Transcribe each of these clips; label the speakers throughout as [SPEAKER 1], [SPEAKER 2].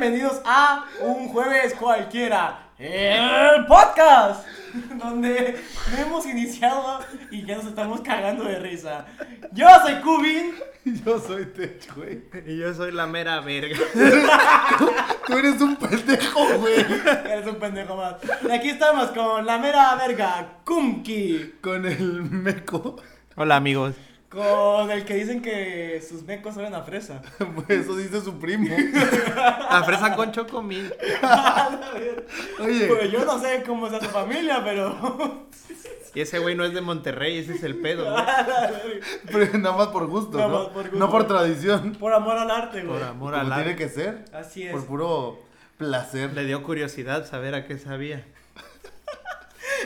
[SPEAKER 1] bienvenidos a Un Jueves Cualquiera, el podcast, donde no hemos iniciado y ya nos estamos cagando de risa. Yo soy Kubin.
[SPEAKER 2] Yo soy Tech, güey.
[SPEAKER 3] Y yo soy la mera verga.
[SPEAKER 2] Tú eres un pendejo, güey.
[SPEAKER 1] Eres un pendejo más. Y aquí estamos con la mera verga, Kumki,
[SPEAKER 2] Con el meco.
[SPEAKER 3] Hola amigos.
[SPEAKER 1] con el que dicen que sus mecos saben a fresa.
[SPEAKER 2] Pues, Eso dice su primo.
[SPEAKER 3] A Ah, fresa con chocomil.
[SPEAKER 2] Oye.
[SPEAKER 1] Pues yo no sé cómo sea su familia, pero...
[SPEAKER 3] Y ese güey no es de Monterrey, ese es el pedo, güey.
[SPEAKER 2] Pero nada más por gusto,
[SPEAKER 1] Nada
[SPEAKER 2] ¿no?
[SPEAKER 1] más por gusto.
[SPEAKER 2] No por tradición.
[SPEAKER 1] Por amor al arte, güey.
[SPEAKER 3] Por amor
[SPEAKER 2] Como
[SPEAKER 3] al
[SPEAKER 2] tiene
[SPEAKER 3] arte.
[SPEAKER 2] que ser.
[SPEAKER 1] Así es.
[SPEAKER 2] Por puro placer.
[SPEAKER 3] Le dio curiosidad saber a qué sabía.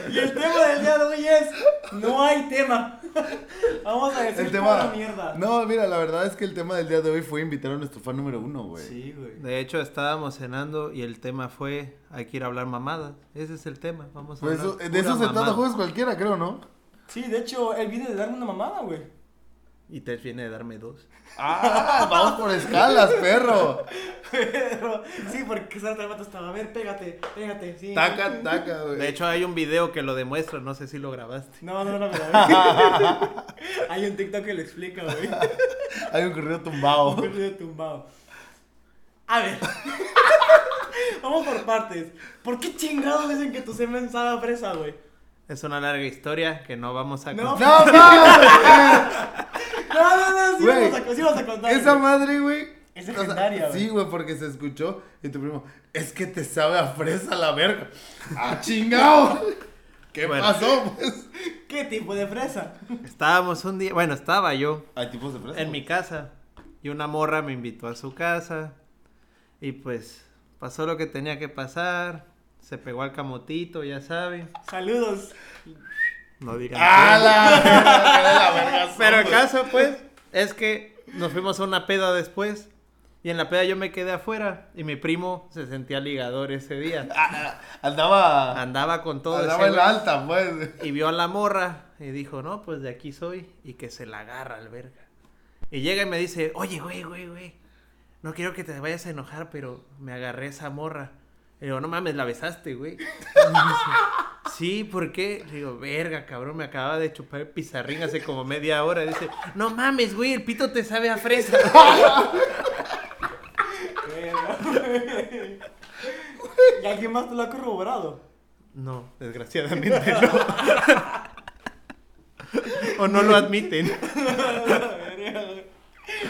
[SPEAKER 1] Y el tema del día de hoy es no hay tema. Vamos a decir
[SPEAKER 2] El tema.
[SPEAKER 1] pura mierda.
[SPEAKER 2] No, mira, la verdad es que el tema del día de hoy fue invitar a nuestro fan número uno, güey.
[SPEAKER 1] Sí, güey.
[SPEAKER 3] De hecho, estábamos cenando y el tema fue, hay que ir a hablar mamadas. Ese es el tema, vamos a
[SPEAKER 2] Pues eso-
[SPEAKER 3] hablar
[SPEAKER 2] de eso
[SPEAKER 3] pura
[SPEAKER 2] se trata
[SPEAKER 3] mamada.
[SPEAKER 2] juegos cualquiera, creo, ¿no?
[SPEAKER 1] Sí, de hecho, él viene de darme una mamada, güey.
[SPEAKER 3] Y te viene de darme dos.
[SPEAKER 2] Ah, vamos por escalas, perro.
[SPEAKER 1] Pero, sí, porque Santa el vato estaba. A ver, pégate, pégate, sí.
[SPEAKER 2] Taca, taca, güey.
[SPEAKER 3] De hecho, hay un video que lo demuestra, no sé si lo grabaste.
[SPEAKER 1] No, no, no, no. no. Hay un TikTok que lo explica, güey.
[SPEAKER 2] Hay un corrido tumbado.
[SPEAKER 1] Un ruido tumbado. A ver. Vamos por partes. ¿Por qué chingados dicen que tu semen sabe a fresa, güey?
[SPEAKER 3] Es una larga historia que no vamos a...
[SPEAKER 1] No.
[SPEAKER 3] contar.
[SPEAKER 2] ¡No mames!
[SPEAKER 1] No, no, no, sí,
[SPEAKER 2] Güey,
[SPEAKER 1] vamos a, sí vamos a contar.
[SPEAKER 2] Esa
[SPEAKER 1] güey.
[SPEAKER 2] madre, güey.
[SPEAKER 1] Es
[SPEAKER 2] o sea,
[SPEAKER 1] legendaria, güey.
[SPEAKER 2] Sí, güey, porque se escuchó y tu primo, es que te sabe a fresa la verga. ¡Ah, chingado! ¿Qué
[SPEAKER 3] Bueno.
[SPEAKER 2] pasó, pues?
[SPEAKER 1] ¿Qué tipo de fresa?
[SPEAKER 3] Estábamos un día, bueno, estaba yo
[SPEAKER 2] Hay tipos de fresa.
[SPEAKER 3] en mi casa y una morra me invitó a su casa y pues pasó lo que tenía que pasar, se pegó al camotito, ya saben,
[SPEAKER 1] Saludos.
[SPEAKER 3] no digan.
[SPEAKER 2] ¡Ah,
[SPEAKER 3] qué.
[SPEAKER 2] la verga! la verga!
[SPEAKER 3] Pero el caso pues es que nos fuimos a una peda después y en la peda yo me quedé afuera y mi primo se sentía ligador ese día.
[SPEAKER 2] Ah, Andaba.
[SPEAKER 3] Andaba con todo
[SPEAKER 2] Andaba
[SPEAKER 3] ese
[SPEAKER 2] en
[SPEAKER 3] güey,
[SPEAKER 2] la alta, pues.
[SPEAKER 3] y vio a la morra y dijo, "No, pues de aquí soy" y que se la agarra al verga. Y llega y me dice, "Oye, güey, güey, güey, no quiero que te vayas a enojar, pero me agarré esa morra." Le digo, no mames, la besaste, güey. Y me dice, sí, ¿por qué? Le digo, verga, cabrón, me acababa de chupar el pizarrín hace como media hora. Dice, no mames, güey, el pito te sabe a fresa.
[SPEAKER 1] ¿Y alguien más te lo ha corroborado?
[SPEAKER 3] No, desgraciadamente no. o no lo admiten.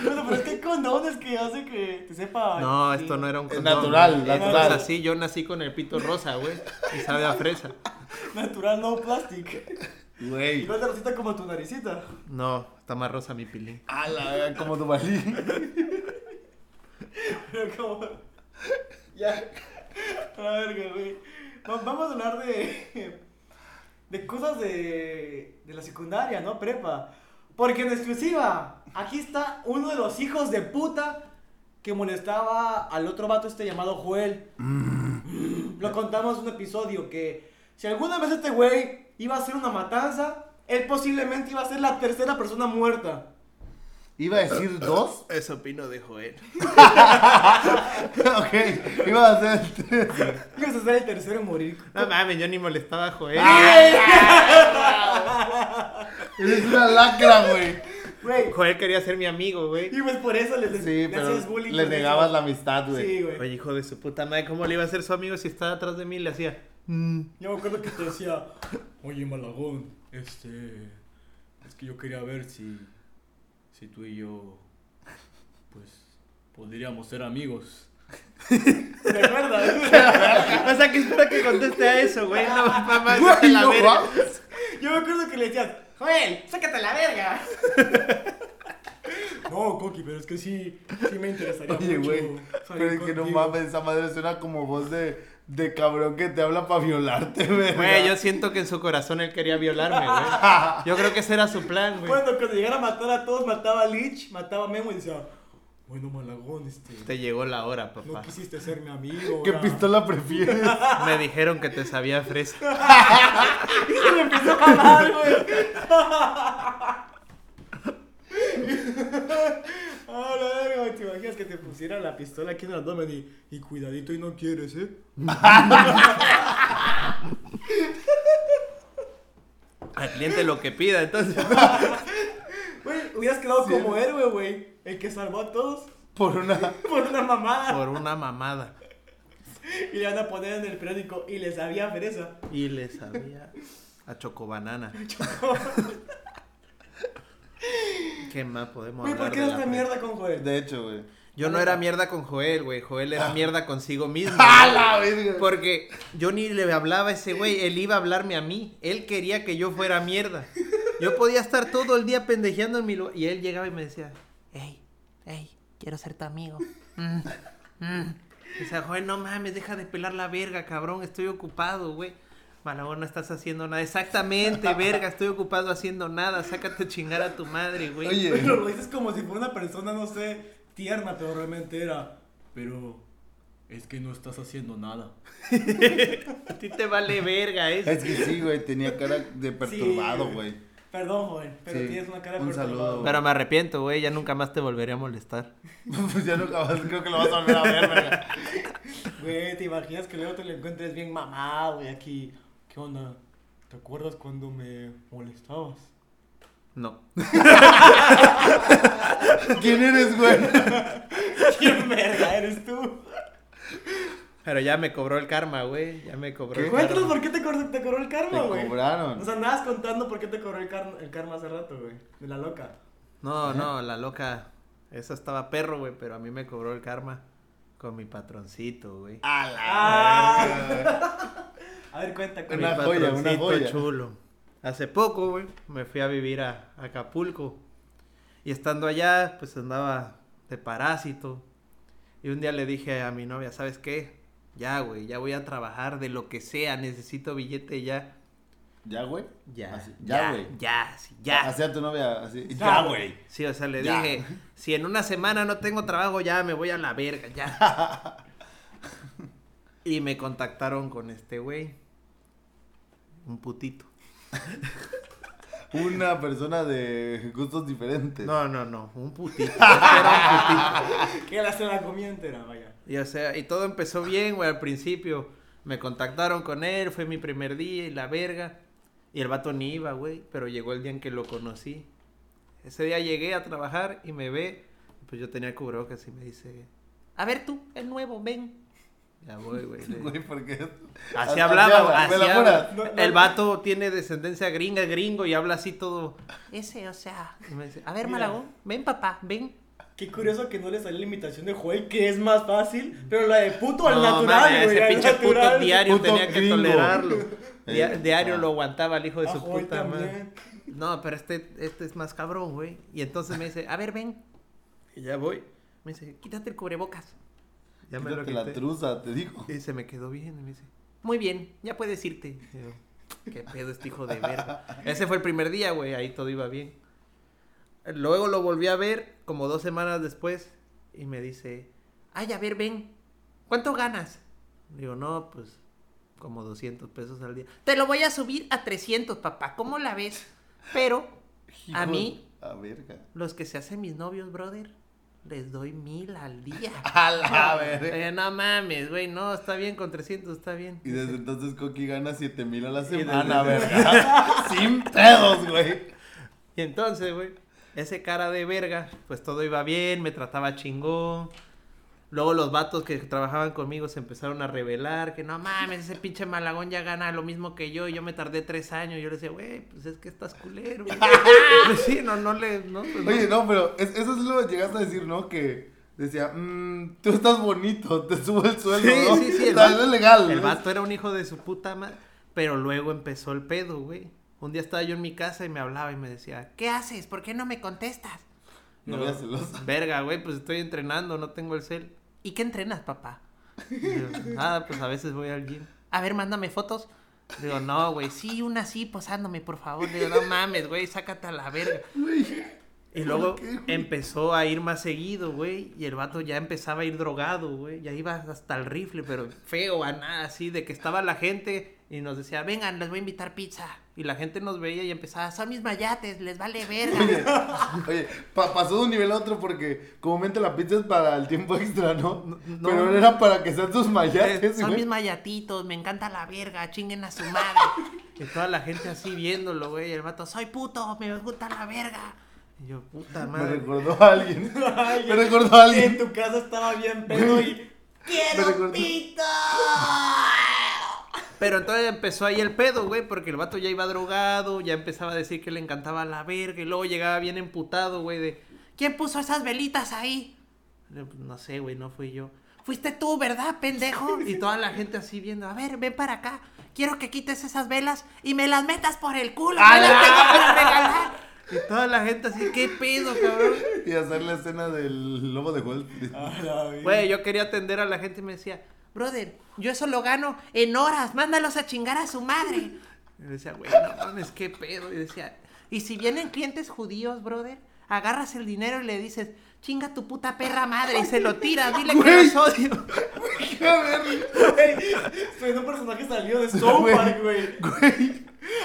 [SPEAKER 1] Bueno, pero es que hay condones que hace que te sepa.
[SPEAKER 3] No, esto no era un
[SPEAKER 2] Es natural,
[SPEAKER 3] güey.
[SPEAKER 1] natural.
[SPEAKER 3] Es así, yo nací con el pito rosa, güey. Y sabe a fresa.
[SPEAKER 1] Natural, no plastic. Y
[SPEAKER 2] Güey.
[SPEAKER 1] no te rosita como tu naricita.
[SPEAKER 3] No, está más rosa mi pilín.
[SPEAKER 2] ¡Ah, la verga! Como tu balín.
[SPEAKER 1] Pero como. Ya. A la verga, güey. Va- Vamos a hablar de. De cosas de. De la secundaria, ¿no? Prepa. Porque en exclusiva, aquí está uno de los hijos de puta que molestaba al otro vato este llamado Joel. Lo contamos en un episodio que si alguna vez este güey iba a hacer una matanza, él posiblemente iba a ser la tercera persona muerta.
[SPEAKER 2] Iba a decir dos.
[SPEAKER 3] Eso opino de Joel.
[SPEAKER 2] ok. Iba a hacer tres.
[SPEAKER 1] Ibas a ser el tercero en morir.
[SPEAKER 3] No mames, yo ni molestaba a Joel.
[SPEAKER 2] ¡Ah, Eres una lacra, güey.
[SPEAKER 1] Güey,
[SPEAKER 3] Joel quería ser mi amigo, güey.
[SPEAKER 1] Y pues por eso les, les-
[SPEAKER 2] Sí,
[SPEAKER 1] le hacías
[SPEAKER 2] pero
[SPEAKER 1] bullying.
[SPEAKER 2] le
[SPEAKER 1] con
[SPEAKER 2] negabas
[SPEAKER 1] eso.
[SPEAKER 2] la amistad, güey.
[SPEAKER 1] Sí, güey.
[SPEAKER 3] Oye, hijo de su puta madre, ¿cómo le iba a ser su amigo si estaba atrás de mí? Le hacía. "Mm".
[SPEAKER 1] Yo me acuerdo que te decía,
[SPEAKER 4] Oye, Malagón, este. Es que yo quería ver si. Si tú y yo. Pues. Podríamos ser amigos.
[SPEAKER 1] ¿te acuerdas?
[SPEAKER 3] O sea, que espera que conteste a eso, güey. No, mamá,
[SPEAKER 2] Güey,
[SPEAKER 3] no te la
[SPEAKER 2] no
[SPEAKER 3] verga.
[SPEAKER 2] mames.
[SPEAKER 1] Yo me acuerdo que le decías, Joel, sácate la verga.
[SPEAKER 4] No, Coqui, pero es que sí.
[SPEAKER 1] Sí me interesaría
[SPEAKER 2] Oye,
[SPEAKER 1] mucho
[SPEAKER 2] güey,
[SPEAKER 1] salir
[SPEAKER 2] pero es que no
[SPEAKER 1] contigo.
[SPEAKER 2] mames, esa madre suena como voz de, de cabrón que te habla para violarte, güey.
[SPEAKER 3] Güey, yo siento que en su corazón él quería violarme, güey. Yo creo que ese era su plan, güey.
[SPEAKER 1] Bueno, cuando llegara a matar a todos, mataba a Lich, mataba a Memo y decía,
[SPEAKER 4] Bueno, Malagón, este.
[SPEAKER 3] Te llegó la hora,
[SPEAKER 4] No
[SPEAKER 3] papá.
[SPEAKER 1] pues.
[SPEAKER 4] quisiste ser mi amigo.
[SPEAKER 2] ¿Qué
[SPEAKER 4] ahora-
[SPEAKER 2] pistola prefieres?
[SPEAKER 3] Me dijeron que te sabía a fresa.
[SPEAKER 1] y se le empezó a hablar, güey. Ah, la verga, güey, ¿te imaginas que te pusiera la pistola aquí en el abdomen y, y cuidadito y no quieres, eh?
[SPEAKER 3] Al cliente lo que pida, entonces.
[SPEAKER 1] Güey, hubieras quedado como héroe, güey. El que salvó a todos
[SPEAKER 2] Por una.
[SPEAKER 1] por una mamada.
[SPEAKER 3] Por una mamada.
[SPEAKER 1] Y le van a poner en el periódico y les había pereza.
[SPEAKER 3] Y le sabía a Chocobanana. ¿Qué más podemos
[SPEAKER 1] Güey,
[SPEAKER 3] hablar?
[SPEAKER 1] ¿por qué
[SPEAKER 3] de la
[SPEAKER 1] esta
[SPEAKER 3] pre-
[SPEAKER 1] mierda con Joel?
[SPEAKER 2] De hecho, güey.
[SPEAKER 3] Yo no era mierda con Joel, güey. Joel
[SPEAKER 1] Ah.
[SPEAKER 3] era mierda consigo mismo.
[SPEAKER 2] ¡A la verga!
[SPEAKER 3] Porque yo ni le hablaba a ese güey, él iba a hablarme a mí. Él quería que yo fuera mierda. Yo podía estar todo el día pendejeando en mi lugar. Y él llegaba y me decía, hey, hey, quiero ser tu amigo. Mm, mm". O sea, joder, no mames, deja de pelar la verga, cabrón, estoy ocupado, güey. Malabón, no estás haciendo nada. Exactamente, verga, estoy ocupado haciendo nada. Sácate a chingar a tu madre, güey.
[SPEAKER 2] Oye.
[SPEAKER 1] Pero lo dices como si fuera una persona, no sé, tierna, pero realmente era.
[SPEAKER 4] Pero es que no estás haciendo nada.
[SPEAKER 3] A ti te vale verga eso.
[SPEAKER 2] Es que sí, güey, tenía cara de perturbado,
[SPEAKER 1] Sí,
[SPEAKER 2] güey.
[SPEAKER 1] Perdón, Joel, pero
[SPEAKER 2] Sí,
[SPEAKER 1] tienes una cara
[SPEAKER 2] un
[SPEAKER 1] perturbada.
[SPEAKER 2] saludo.
[SPEAKER 3] Pero me arrepiento, güey, ya nunca más te volveré a molestar.
[SPEAKER 2] pues ya nunca más, creo que lo vas a volver a ver, verga.
[SPEAKER 1] Güey, ¿te imaginas que luego te lo encuentres bien mamado, güey, aquí? ¿Qué onda? ¿Te acuerdas cuando me molestabas?
[SPEAKER 3] No.
[SPEAKER 2] ¿Quién eres, güey?
[SPEAKER 1] ¿Quién verga eres tú?
[SPEAKER 3] Pero ya me cobró el karma, güey. Ya me cobró
[SPEAKER 2] ¿Qué?
[SPEAKER 3] el
[SPEAKER 1] Cuéntanos
[SPEAKER 3] karma.
[SPEAKER 1] por qué te, cor- te cobró el
[SPEAKER 2] Te
[SPEAKER 1] karma, güey.
[SPEAKER 2] cobraron.
[SPEAKER 1] Nos andabas contando por qué te cobró el, car- el karma hace rato, güey. De la loca.
[SPEAKER 3] No, no, la loca. Esa estaba perro, güey, pero a mí me cobró el karma con mi patroncito, güey.
[SPEAKER 2] A la
[SPEAKER 1] Ah.
[SPEAKER 2] verga, güey.
[SPEAKER 1] A ver, cuenta,
[SPEAKER 3] Mi
[SPEAKER 1] cuenta.
[SPEAKER 2] Una joya, una
[SPEAKER 3] patroncito
[SPEAKER 2] joya.
[SPEAKER 3] chulo. Hace poco, güey, me fui a vivir a, a Acapulco. Y estando allá, pues andaba de parásito. Y un día le dije a mi novia, ¿sabes qué? Ya, güey, ya voy a trabajar de lo que sea. Necesito billete ya.
[SPEAKER 2] ¿Ya, güey?
[SPEAKER 3] Ya,
[SPEAKER 2] Así,
[SPEAKER 3] ya,
[SPEAKER 2] Ya,
[SPEAKER 3] ya,
[SPEAKER 2] güey.
[SPEAKER 3] ya, sí, ya.
[SPEAKER 2] Así a tu novia, así.
[SPEAKER 1] Ya,
[SPEAKER 2] Ya, güey.
[SPEAKER 3] Sí, o sea, le
[SPEAKER 2] Ya.
[SPEAKER 3] dije, si en una semana no tengo trabajo, ya me voy a la verga, ya. y me contactaron con este güey. Un putito.
[SPEAKER 2] Una persona de gustos diferentes.
[SPEAKER 3] No, no, no, un putito. Era un putito.
[SPEAKER 1] Que la se la comía entera, vaya.
[SPEAKER 3] Y, o sea, y todo empezó bien, güey, al principio. Me contactaron con él, fue mi primer día y la verga. Y el vato ni iba, güey, pero llegó el día en que lo conocí. Ese día llegué a trabajar y me ve, pues yo tenía el cubrebocas y me dice, a ver tú, el nuevo, ven. Ya voy, güey. le-
[SPEAKER 2] Güey, porque.
[SPEAKER 3] Así hablaba, güey,
[SPEAKER 2] ¿Me
[SPEAKER 3] así
[SPEAKER 2] la
[SPEAKER 3] habla.
[SPEAKER 2] juras?
[SPEAKER 1] No, no,
[SPEAKER 3] El
[SPEAKER 1] no.
[SPEAKER 3] vato tiene descendencia gringa, gringo, y habla así todo. Ese, o sea. y me dice, a ver,
[SPEAKER 1] Mira.
[SPEAKER 3] Malagón, ven, papá, ven.
[SPEAKER 1] Qué curioso que no le salió la imitación de Joel, que es más fácil, pero la de puto al
[SPEAKER 3] No,
[SPEAKER 1] natural,
[SPEAKER 3] mames,
[SPEAKER 1] güey.
[SPEAKER 3] ese
[SPEAKER 1] al
[SPEAKER 3] pinche puto
[SPEAKER 1] natural.
[SPEAKER 3] diario
[SPEAKER 2] Puto
[SPEAKER 3] tenía que
[SPEAKER 2] gringo.
[SPEAKER 3] tolerarlo. Dia-
[SPEAKER 2] Eh,
[SPEAKER 3] diario
[SPEAKER 2] ah.
[SPEAKER 3] lo aguantaba el hijo de
[SPEAKER 1] Ah,
[SPEAKER 3] su
[SPEAKER 1] Joel
[SPEAKER 3] puta madre.
[SPEAKER 1] también.
[SPEAKER 3] No, pero este, este es más cabrón, güey. Y entonces me dice, a ver, ven. Y ya voy. Me dice, quítate el cubrebocas. Ya me lo
[SPEAKER 2] Quítate la
[SPEAKER 3] quité.
[SPEAKER 2] truza, te digo.
[SPEAKER 3] Y se me quedó bien. Y me dice, muy bien, ya puedes irte. Y yo, Qué pedo este hijo de verga. Ese fue el primer día, güey. Ahí todo iba bien. Luego lo volví a ver como dos semanas después. Y me dice, ay, a ver, ven. ¿Cuánto ganas? Digo, no, pues como 200 pesos al día. Te lo voy a subir a 300, papá. ¿Cómo la ves? Pero a
[SPEAKER 2] Hijo-
[SPEAKER 3] mí,
[SPEAKER 2] A verga.
[SPEAKER 3] los que se hacen mis novios, brother, les doy mil al día.
[SPEAKER 2] A la verga.
[SPEAKER 3] Eh, no mames, güey, no, está bien con 300, está bien.
[SPEAKER 2] Y desde entonces Coqui gana 7 mil a la
[SPEAKER 3] desde-
[SPEAKER 2] semana, verga. Sin pedos, güey.
[SPEAKER 3] Y entonces, güey, ese cara de verga, pues todo iba bien, me trataba chingón. Luego los vatos que trabajaban conmigo se empezaron a revelar que no mames, ese pinche malagón ya gana lo mismo que yo. Y yo me tardé tres años. Yo le decía, güey, pues es que estás culero. güey". Pues sí, no, no le. No, pues, no.
[SPEAKER 2] Oye, no, pero es- eso es lo que llegaste a decir, ¿no? Que decía, mmm, tú estás bonito, te subo el sueldo.
[SPEAKER 3] Sí,
[SPEAKER 2] ¿no?
[SPEAKER 3] sí, sí, el
[SPEAKER 2] O sea,
[SPEAKER 3] vato-
[SPEAKER 2] es legal.
[SPEAKER 3] El
[SPEAKER 2] ¿no?
[SPEAKER 3] vato era un hijo de su puta madre. Pero luego empezó el pedo, güey. Un día estaba yo en mi casa y me hablaba y me decía, ¿qué haces? ¿Por qué no me contestas?
[SPEAKER 2] No
[SPEAKER 3] Yo,
[SPEAKER 2] veas celosa.
[SPEAKER 3] Verga, güey, pues estoy entrenando, no tengo el cel. ¿Y qué entrenas, papá? Digo, Nada, pues a veces voy al gym. A ver, mándame fotos. Digo, no, güey, sí, una así posándome, por favor. Digo, no mames, güey, sácate a la verga. Y luego
[SPEAKER 2] ¿Por qué, güey?
[SPEAKER 3] empezó a ir más seguido, güey. Y el vato ya empezaba a ir drogado, güey. Ya iba hasta el rifle, pero feo, a nada, así, de que estaba la gente y nos decía, vengan, les voy a invitar pizza. Y la gente nos veía y empezaba, son mis mayates, les vale verga.
[SPEAKER 2] Oye, oye, pa- pasó de un nivel a otro porque comúnmente la pizza es para el tiempo extra, ¿no?
[SPEAKER 3] no.
[SPEAKER 2] Pero él era para que sean sus
[SPEAKER 3] Eh,
[SPEAKER 2] mayates,
[SPEAKER 3] Son mis
[SPEAKER 2] güey.
[SPEAKER 3] mayatitos, me encanta la verga, chinguen a su madre. Y toda la gente así viéndolo, güey. Y el vato, soy puto, me gusta la verga. Y yo, puta
[SPEAKER 2] Me
[SPEAKER 3] madre.
[SPEAKER 2] recordó a alguien.
[SPEAKER 1] Ay,
[SPEAKER 2] Me recordó
[SPEAKER 3] eh,
[SPEAKER 2] a
[SPEAKER 1] En
[SPEAKER 2] alguien.
[SPEAKER 1] tu casa estaba bien pedo y.
[SPEAKER 2] Me
[SPEAKER 1] ¡Quiero
[SPEAKER 2] recordó-
[SPEAKER 1] pito!
[SPEAKER 3] Pero entonces empezó ahí el pedo, güey, porque el vato ya iba drogado, ya empezaba a decir que le encantaba la verga y luego llegaba bien emputado, güey, de ¿Quién puso esas velitas ahí? Le- No sé, güey, no fui yo. Fuiste tú, ¿verdad, pendejo? Y toda la gente así viendo, a ver, ven para acá. Quiero que quites esas velas y me las metas por el culo. ¡Me las tengo para regalar! Y toda la gente así, ¿qué pedo, cabrón?
[SPEAKER 2] Y hacer la escena del lobo de Wall Street.
[SPEAKER 3] Ah.
[SPEAKER 1] A la vida.
[SPEAKER 3] Güey, yo quería atender a la gente y me decía, brother, yo eso lo gano en horas, mándalos a chingar a su madre. Y decía, güey, no mames, qué pedo. Y decía, y si vienen clientes judíos, brother, agarras el dinero y le dices, chinga tu puta perra madre, y se lo tiras, dile que
[SPEAKER 2] Güey.
[SPEAKER 3] los odio.
[SPEAKER 1] Güey, un personaje salió de South
[SPEAKER 2] Güey,
[SPEAKER 1] Park, güey.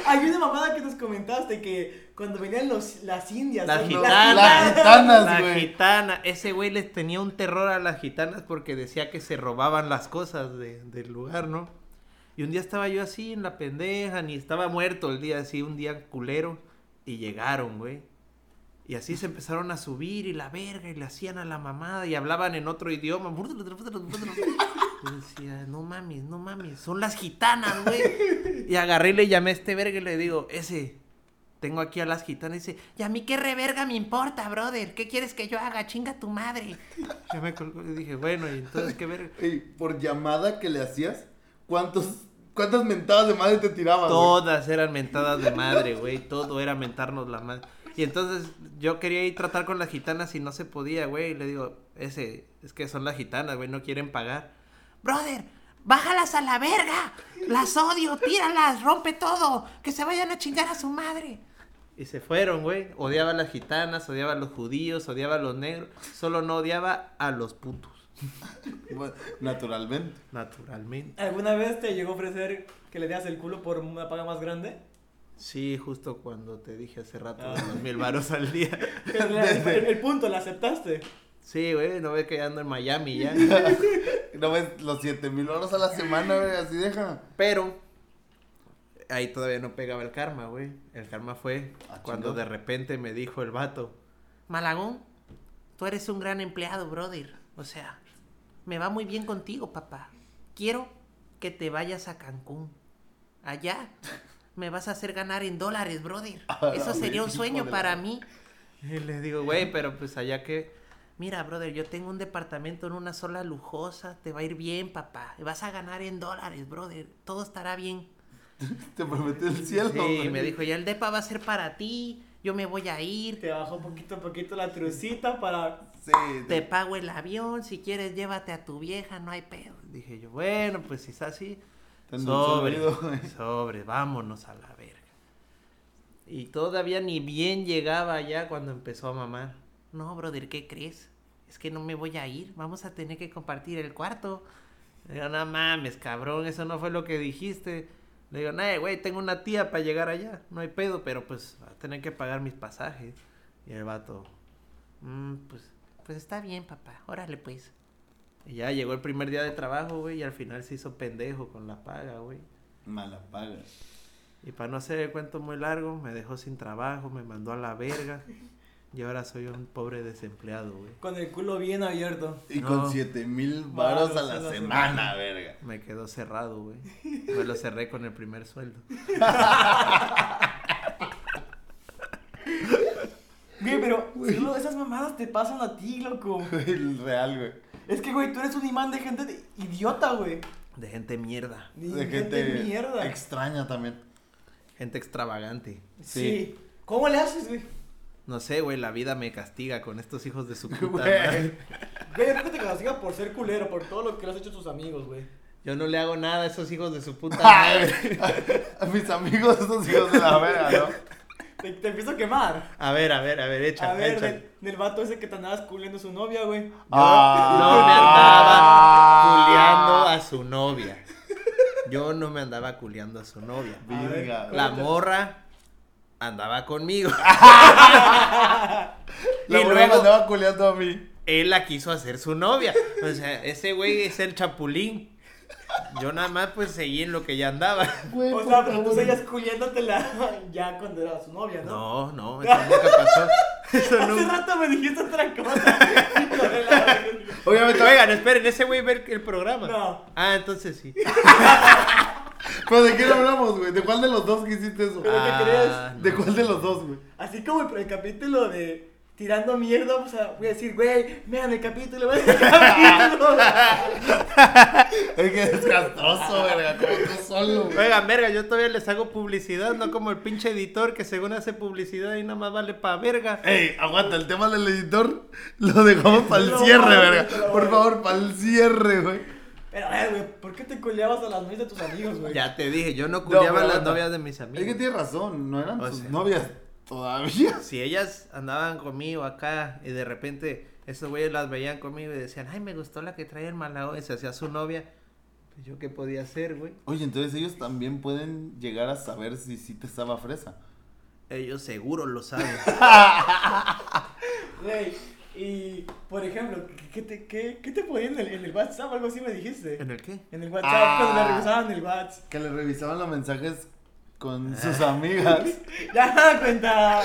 [SPEAKER 1] Hay una mamada que nos comentaste que cuando venían los, las indias.
[SPEAKER 3] Las
[SPEAKER 1] ¿no?
[SPEAKER 3] gitanas.
[SPEAKER 2] Las
[SPEAKER 3] La
[SPEAKER 2] gitanas, güey.
[SPEAKER 3] gitana, ese güey les tenía un terror a las gitanas porque decía que se robaban las cosas de- del lugar, ¿no? Y un día estaba yo así en la pendeja, ni estaba muerto el día, así un día culero, y llegaron, güey. Y así se empezaron a subir y la verga, y le hacían a la mamada, y hablaban en otro idioma. Yo decía, no mames, no mames, son las gitanas, güey. Y agarré y le llamé a este verga y le digo, ese, tengo aquí a las gitanas y dice, ¿y a mí qué reverga me importa, brother? ¿Qué quieres que yo haga? Chinga tu madre. Ya me colgó y dije, bueno, y entonces qué verga.
[SPEAKER 2] Ey, por llamada que le hacías, ¿cuántos, ¿cuántas mentadas de madre te tiraban? güey?
[SPEAKER 3] Todas eran mentadas de madre, güey. Todo era mentarnos la madre. Y entonces yo quería ir a tratar con las gitanas y no se podía, güey. Y le digo, ese, es que son las gitanas, güey, no quieren pagar. Brother, bájalas a la verga. Las odio, tíralas, rompe todo. Que se vayan a chingar a su madre. Y se fueron, güey. Odiaba a las gitanas, odiaba a los judíos, odiaba a los negros. Solo no odiaba a los putos,
[SPEAKER 2] Bueno, Naturalmente.
[SPEAKER 3] naturalmente.
[SPEAKER 1] ¿Alguna vez te llegó a ofrecer que le dieras el culo por una paga más grande?
[SPEAKER 3] Sí, justo cuando te dije hace rato,
[SPEAKER 1] Ah.
[SPEAKER 3] de los mil varos al día.
[SPEAKER 1] El, el- el punto, ¿la aceptaste?
[SPEAKER 3] Sí, güey, no ve que ando en Miami ya.
[SPEAKER 2] ¿No ves los 7 mil horas a la semana, güey? Así deja.
[SPEAKER 3] Pero ahí todavía no pegaba el karma, güey. El karma fue
[SPEAKER 2] Ah,
[SPEAKER 3] cuando
[SPEAKER 2] chingón.
[SPEAKER 3] de repente me dijo el vato. Malagón, tú eres un gran empleado, brother. O sea, me va muy bien contigo, papá. Quiero que te vayas a Cancún. Allá me vas a hacer ganar en dólares, brother.
[SPEAKER 2] A la
[SPEAKER 3] Eso sería un
[SPEAKER 2] verga,
[SPEAKER 3] sueño
[SPEAKER 2] híjole.
[SPEAKER 3] para mí. Y le digo, güey, pero pues allá que... Mira, brother, yo tengo un departamento en una sola lujosa. Te va a ir bien, papá. Vas a ganar en dólares, brother. Todo estará bien.
[SPEAKER 2] Te prometí el cielo.
[SPEAKER 3] Sí,
[SPEAKER 2] güey.
[SPEAKER 3] me dijo, ya el depa va a ser para ti. Yo me voy a ir.
[SPEAKER 1] Te bajó poquito a poquito la trucita para.
[SPEAKER 2] Sí,
[SPEAKER 3] Te pago el avión, si quieres llévate a tu vieja, no hay pedo. Dije yo, bueno, pues si está así,
[SPEAKER 2] Tan
[SPEAKER 3] sobre,
[SPEAKER 2] dulce oído, güey.
[SPEAKER 3] sobre, vámonos a la verga. Y todavía ni bien llegaba ya cuando empezó a mamar. No, brother, ¿qué crees? Es que no me voy a ir, vamos a tener que compartir el cuarto. Le digo, no mames, cabrón, eso no fue lo que dijiste. Le digo, nah, güey, tengo una tía para llegar allá, no hay pedo, pero pues va a tener que pagar mis pasajes. Y el vato, "Mm, pues, pues está bien, papá, órale pues. Y ya llegó el primer día de trabajo, güey, y al final se hizo pendejo con la paga, güey.
[SPEAKER 2] Mala paga.
[SPEAKER 3] Y para no hacer el cuento muy largo, me dejó sin trabajo, me mandó a la verga. Y ahora soy un pobre desempleado, güey.
[SPEAKER 1] Con el culo bien abierto.
[SPEAKER 2] Y
[SPEAKER 3] No.
[SPEAKER 2] con 7 mil varos a
[SPEAKER 1] Varos
[SPEAKER 2] la semana, verga.
[SPEAKER 3] Me quedó cerrado, güey. Me lo cerré con el primer sueldo.
[SPEAKER 1] Güey, pero solo esas mamadas te pasan a ti, loco.
[SPEAKER 2] El real, güey.
[SPEAKER 1] Es que, güey, tú eres un imán de gente de- idiota, güey.
[SPEAKER 3] De gente mierda.
[SPEAKER 1] De gente de mierda.
[SPEAKER 2] extraña también.
[SPEAKER 3] Gente extravagante.
[SPEAKER 1] Sí. ¿Cómo le haces, güey?
[SPEAKER 3] No sé, güey, la vida me castiga con estos hijos de su puta
[SPEAKER 2] Güey.
[SPEAKER 3] madre.
[SPEAKER 1] Güey, yo creo que te castiga por ser culero, por todo lo que le has hecho a tus amigos, güey.
[SPEAKER 3] Yo no le hago nada Ah, a esos hijos de su puta madre.
[SPEAKER 2] A mis amigos, esos hijos de la verga, ¿no?
[SPEAKER 1] Te, te empiezo a quemar.
[SPEAKER 3] A ver, a ver, a ver, échale,
[SPEAKER 1] a ver,
[SPEAKER 3] échale.
[SPEAKER 1] del, del vato ese que te andabas culiendo a su novia, güey.
[SPEAKER 2] Ah,
[SPEAKER 3] Yo no me andaba culeando a su novia. Yo no me andaba culeando a su novia.
[SPEAKER 2] Virga.
[SPEAKER 1] Claro.
[SPEAKER 3] La morra andaba conmigo. y
[SPEAKER 2] La morra me
[SPEAKER 3] luego
[SPEAKER 2] andaba culeando a mí.
[SPEAKER 3] él la quiso hacer su novia. O sea, ese güey es el chapulín. Yo nada más pues seguí en lo que ya andaba.
[SPEAKER 2] Güey,
[SPEAKER 1] O
[SPEAKER 3] pues,
[SPEAKER 2] por
[SPEAKER 1] sea, pero tú
[SPEAKER 2] favor.
[SPEAKER 1] seguías culiéndotela ya cuando era su novia, ¿no?
[SPEAKER 3] No, no, eso nunca pasó. Eso
[SPEAKER 1] Hace
[SPEAKER 3] nunca.
[SPEAKER 1] rato me dijiste otra cosa. Hijo de la verga.
[SPEAKER 2] Obviamente,
[SPEAKER 3] Oigan, esperen, ese güey ve el, el programa.
[SPEAKER 1] No.
[SPEAKER 3] Ah, entonces sí.
[SPEAKER 2] ¿Pero de qué hablamos, güey? ¿De cuál de los dos que hiciste eso?
[SPEAKER 1] ¿Pero qué
[SPEAKER 3] Ah,
[SPEAKER 1] crees?
[SPEAKER 2] ¿De
[SPEAKER 3] no.
[SPEAKER 2] cuál de los dos, güey?
[SPEAKER 1] Así como el, el capítulo de tirando mierda, o sea, voy a decir, güey, vean el capítulo, vean el capítulo.
[SPEAKER 2] Es que es castroso, verga, como tú solo, güey.
[SPEAKER 3] Oigan, verga, yo todavía les hago publicidad, no como el pinche editor que según hace publicidad y nada más vale pa' verga.
[SPEAKER 2] Ey, aguanta, el tema del editor lo dejamos para el
[SPEAKER 1] Lo
[SPEAKER 2] cierre,
[SPEAKER 1] vamos,
[SPEAKER 2] verga.
[SPEAKER 1] lo
[SPEAKER 2] Por
[SPEAKER 1] vamos.
[SPEAKER 2] favor, para el cierre, güey.
[SPEAKER 1] Pero, eh, güey, ¿por qué te culeabas a las novias de tus amigos, güey?
[SPEAKER 3] Ya te dije, yo no
[SPEAKER 2] No,
[SPEAKER 3] culiaba
[SPEAKER 2] pero
[SPEAKER 3] a las
[SPEAKER 2] aguanta.
[SPEAKER 3] novias de mis Oh, amigos.
[SPEAKER 2] Es que tienes razón, no eran
[SPEAKER 3] O
[SPEAKER 2] sus
[SPEAKER 3] sea.
[SPEAKER 2] novias todavía.
[SPEAKER 3] Si ellas andaban conmigo acá y de repente esos güeyes las veían conmigo y decían, ay, me gustó la que trae el malao y se hacía su novia, pues yo qué podía hacer, güey.
[SPEAKER 2] Oye, entonces ellos también pueden llegar a saber si sí te estaba fresa.
[SPEAKER 3] Ellos seguro lo saben.
[SPEAKER 1] Güey, y, por ejemplo, ¿qué te, qué, qué te ponían en el, en el WhatsApp? Algo así me dijiste.
[SPEAKER 3] ¿En el qué?
[SPEAKER 1] En el WhatsApp,
[SPEAKER 2] Ah.
[SPEAKER 1] cuando la revisaban el WhatsApp.
[SPEAKER 2] Que le revisaban los mensajes
[SPEAKER 3] Ah.
[SPEAKER 2] con sus amigas.
[SPEAKER 1] Ya me da cuenta.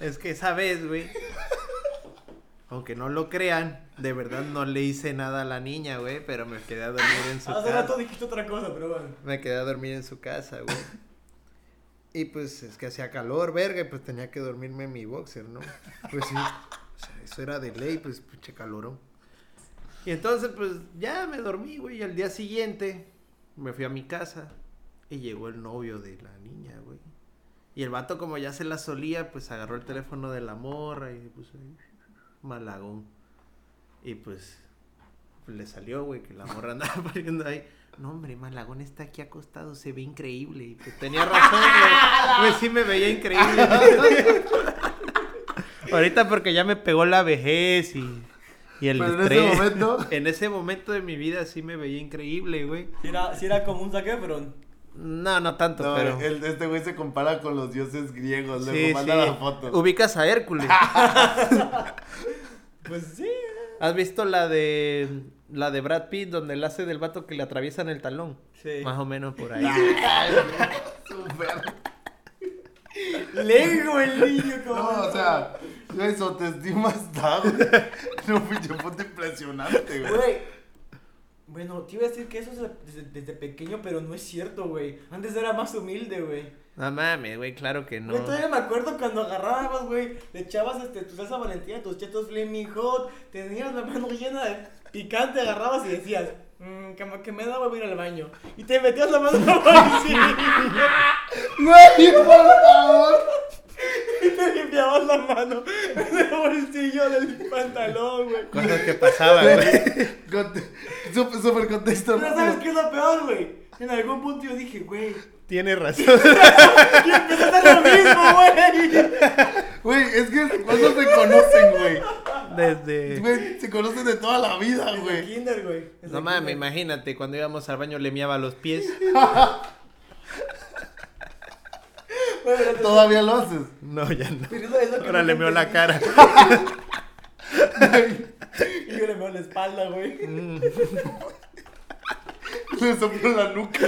[SPEAKER 3] Es que esa vez, güey. Aunque no lo crean, de verdad no le hice nada a la niña, güey, pero me quedé a dormir en su
[SPEAKER 1] Hace
[SPEAKER 3] casa.
[SPEAKER 1] rato dijiste otra cosa, pero bueno.
[SPEAKER 3] Me quedé a dormir en su casa, güey. Y pues es que hacía calor, verga, y pues tenía que dormirme en mi boxer, ¿no? Pues sí. O sea, eso era de ley, pues pinche calorón. Y entonces, pues ya me dormí, güey. Y al día siguiente me fui a mi casa y llegó el novio de la niña, güey. Y el vato, como ya se la solía, pues agarró el teléfono de la morra y se puso ahí, malagón. Y pues le salió, güey, que la morra andaba poniendo ahí. No, hombre, Malagón está aquí acostado, se ve increíble. Y pues tenía razón, güey. Pues sí me veía increíble. Ahorita porque ya me pegó la vejez y, y el
[SPEAKER 2] Pero en ese
[SPEAKER 3] estrés.
[SPEAKER 2] momento-
[SPEAKER 3] En ese momento de mi vida sí me veía increíble, güey.
[SPEAKER 1] Si era, si era como un saque, pero.
[SPEAKER 3] No, no tanto,
[SPEAKER 2] No,
[SPEAKER 3] pero...
[SPEAKER 2] el- este güey se compara con los dioses griegos. Luego
[SPEAKER 3] Sí,
[SPEAKER 2] manda
[SPEAKER 3] sí.
[SPEAKER 2] la foto.
[SPEAKER 3] Ubicas a Hércules.
[SPEAKER 1] Pues sí.
[SPEAKER 3] ¿Has visto la de la de Brad Pitt donde el hace del vato que le atraviesan el talón?
[SPEAKER 1] Sí.
[SPEAKER 3] Más o menos por ahí.
[SPEAKER 1] Lego el niño, como.
[SPEAKER 2] No, o sea, güey, su autoestima está, güey. No, pinche foto impresionante, güey.
[SPEAKER 1] Güey. Bueno, te iba a decir que eso es desde, desde pequeño, pero no es cierto, güey. Antes era más humilde, güey.
[SPEAKER 3] No mames, güey, claro que no.
[SPEAKER 1] Güey, todavía me acuerdo cuando agarrabas, güey, le echabas este, tu salsa valentina, tus chetos flaming hot, tenías la mano llena de picante, agarrabas y decías, mmm, como que me da voy a ir al baño. Y te metías la mano en la bolsilla
[SPEAKER 2] Güey, por favor.
[SPEAKER 1] y te limpiabas la mano en el bolsillo del pantalón, güey.
[SPEAKER 3] Cosas que pasaban, güey.
[SPEAKER 2] Conte- Súper, súper contexto.
[SPEAKER 1] Pero ¿sabes qué es lo peor, güey? En algún punto yo dije, güey,
[SPEAKER 3] Tiene razón.
[SPEAKER 1] y empecé a hacer lo mismo, güey.
[SPEAKER 2] Güey, es que cuando se conocen, güey.
[SPEAKER 3] Desde.
[SPEAKER 2] Güey, se conocen de toda la vida,
[SPEAKER 1] Desde
[SPEAKER 2] güey.
[SPEAKER 1] kinder, güey. Desde
[SPEAKER 3] No mames,
[SPEAKER 1] kinder.
[SPEAKER 3] imagínate, cuando íbamos al baño le miaba los pies.
[SPEAKER 1] Bueno, pero te-
[SPEAKER 2] Todavía lo haces.
[SPEAKER 3] No, ya no.
[SPEAKER 1] pero eso es lo que
[SPEAKER 3] Ahora
[SPEAKER 1] no
[SPEAKER 3] le meó la
[SPEAKER 1] entendí.
[SPEAKER 3] cara.
[SPEAKER 1] Y yo le meo la espalda, güey.
[SPEAKER 3] Mm.
[SPEAKER 2] Le soplo la nuca.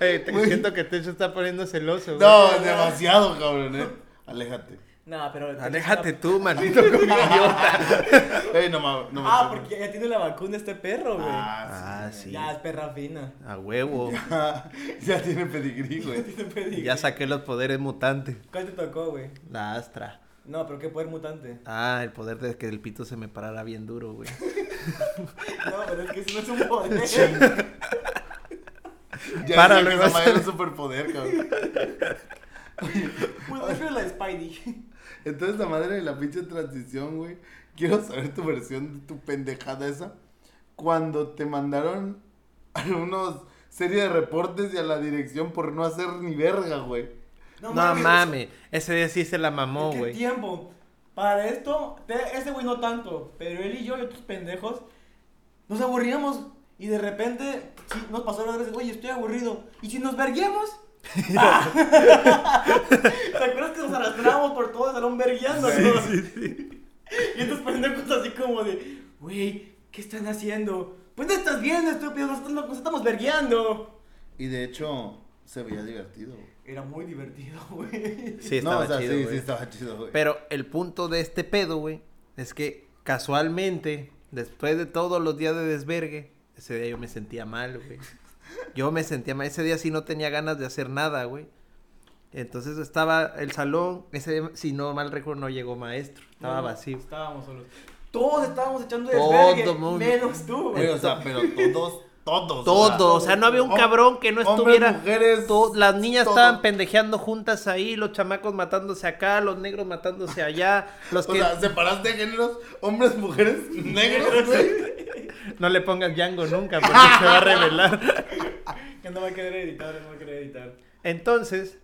[SPEAKER 3] Ey, te-
[SPEAKER 2] Güey.
[SPEAKER 3] siento que Techo está poniendo celoso, güey.
[SPEAKER 2] No, demasiado, cabrón, eh. Aléjate.
[SPEAKER 1] No, pero.
[SPEAKER 3] Aléjate tú, maldito comido idiota.
[SPEAKER 2] Ey, no mames. No,
[SPEAKER 1] Ah,
[SPEAKER 2] mames.
[SPEAKER 1] porque ya tiene la vacuna este perro, güey.
[SPEAKER 2] Ah,
[SPEAKER 3] Ah,
[SPEAKER 2] sí.
[SPEAKER 3] sí.
[SPEAKER 1] Ya es perra fina.
[SPEAKER 3] A huevo.
[SPEAKER 2] ya tiene pedigrí, güey.
[SPEAKER 1] Te pedí.
[SPEAKER 3] Ya saqué los poderes mutantes.
[SPEAKER 1] ¿Cuál te tocó, güey?
[SPEAKER 3] La astra.
[SPEAKER 1] No, pero qué poder mutante.
[SPEAKER 3] Ah, el poder de que el pito se me parara bien duro, güey.
[SPEAKER 1] No, pero es que eso no es un poder.
[SPEAKER 2] Ya
[SPEAKER 3] Páralo,
[SPEAKER 2] sé que
[SPEAKER 3] vas
[SPEAKER 2] esa
[SPEAKER 3] a
[SPEAKER 2] madre
[SPEAKER 3] ver.
[SPEAKER 2] es superpoder, cabrón.
[SPEAKER 1] Pues eso es la de Spidey.
[SPEAKER 2] Entonces, la madre de la pinche transición, güey. Quiero saber tu versión de tu pendejada esa. Cuando te mandaron algunos serie de reportes y a la dirección por no hacer ni verga, güey.
[SPEAKER 3] No,
[SPEAKER 1] mames.
[SPEAKER 3] mames, ese día sí se la mamó,
[SPEAKER 1] ¿Qué
[SPEAKER 3] güey.
[SPEAKER 1] tiempo? Para esto, te- este güey no tanto, pero él y yo y otros pendejos nos aburríamos y de repente sí, nos pasó la vez, oye, estoy aburrido. ¿Y si nos verguiamos? Ah. ¿Te acuerdas que nos arrastrábamos por todo el salón verguiando? no? Y estos pendejos así como de, güey, ¿qué están haciendo? Pues no estás viendo, estúpido, nos estamos, nos estamos vergueando.
[SPEAKER 2] Y de hecho, se veía divertido, güey.
[SPEAKER 1] Era muy divertido, güey.
[SPEAKER 3] Sí, estaba
[SPEAKER 2] no, o sea,
[SPEAKER 3] chido,
[SPEAKER 2] sí,
[SPEAKER 3] güey.
[SPEAKER 2] sí estaba chido, güey.
[SPEAKER 3] Pero el punto de este pedo, güey, es que casualmente, después de todos los días de desvergue, ese día yo me sentía mal, güey. Yo me sentía mal. Ese día sí no tenía ganas de hacer nada, güey. Entonces estaba el salón, ese día, si no mal recuerdo, no llegó maestro. Estaba
[SPEAKER 1] No,
[SPEAKER 3] vacío.
[SPEAKER 1] Estábamos solos. Todos estábamos echando
[SPEAKER 3] Todo
[SPEAKER 1] desvergue,
[SPEAKER 3] mundo.
[SPEAKER 1] menos tú,
[SPEAKER 2] Güey,
[SPEAKER 1] güey.
[SPEAKER 2] o sea, pero todos, todos.
[SPEAKER 3] Todo, o sea, no había un
[SPEAKER 2] Hom-
[SPEAKER 3] cabrón que no
[SPEAKER 2] hombres,
[SPEAKER 3] estuviera.
[SPEAKER 2] mujeres,
[SPEAKER 3] to- las niñas
[SPEAKER 2] todo.
[SPEAKER 3] estaban pendejeando juntas ahí, los chamacos matándose acá, los negros matándose allá, los
[SPEAKER 2] O
[SPEAKER 3] que
[SPEAKER 2] sea, separaste géneros, hombres, mujeres, negros, güey.
[SPEAKER 3] no le pongas Django nunca porque se va a revelar.
[SPEAKER 1] Que no va a querer editar, no va a querer editar.
[SPEAKER 3] Entonces,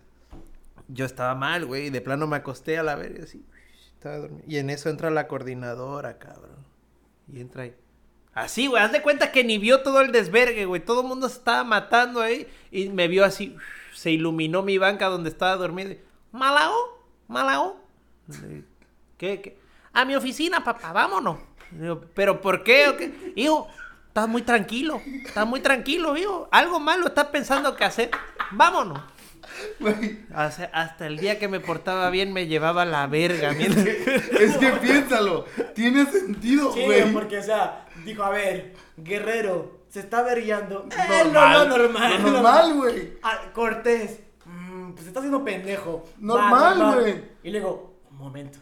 [SPEAKER 3] yo estaba mal, güey. y De plano me acosté a la verga así. Estaba dormido. Y en eso entra la coordinadora, cabrón. Y entra ahí. Así, güey. Haz de cuenta que ni vio todo el desvergue, güey. Todo el mundo se estaba matando ahí. Y me vio así. Se iluminó mi banca donde estaba dormido. Malao, malao. Le- ¿Qué, qué? A mi oficina, papá, vámonos. Le digo, ¿pero por qué? ¿O qué? Hijo, estás muy tranquilo. Estás muy tranquilo, hijo. Algo malo estás pensando que hacer. Vámonos.
[SPEAKER 2] Güey,
[SPEAKER 3] Hace- hasta el día que me portaba bien me llevaba la verga. mientras-
[SPEAKER 2] Es que piénsalo, tiene sentido,
[SPEAKER 1] Sí,
[SPEAKER 2] güey.
[SPEAKER 1] porque, o sea, dijo, a ver, guerrero, se está vergueando. Eh,
[SPEAKER 2] Normal.
[SPEAKER 1] no, no, normal.
[SPEAKER 2] Lo normal, güey.
[SPEAKER 1] Ah, Cortés, mm, pues se está haciendo pendejo.
[SPEAKER 2] Normal,
[SPEAKER 1] Va, va, va.
[SPEAKER 2] güey.
[SPEAKER 1] Y luego, un momento.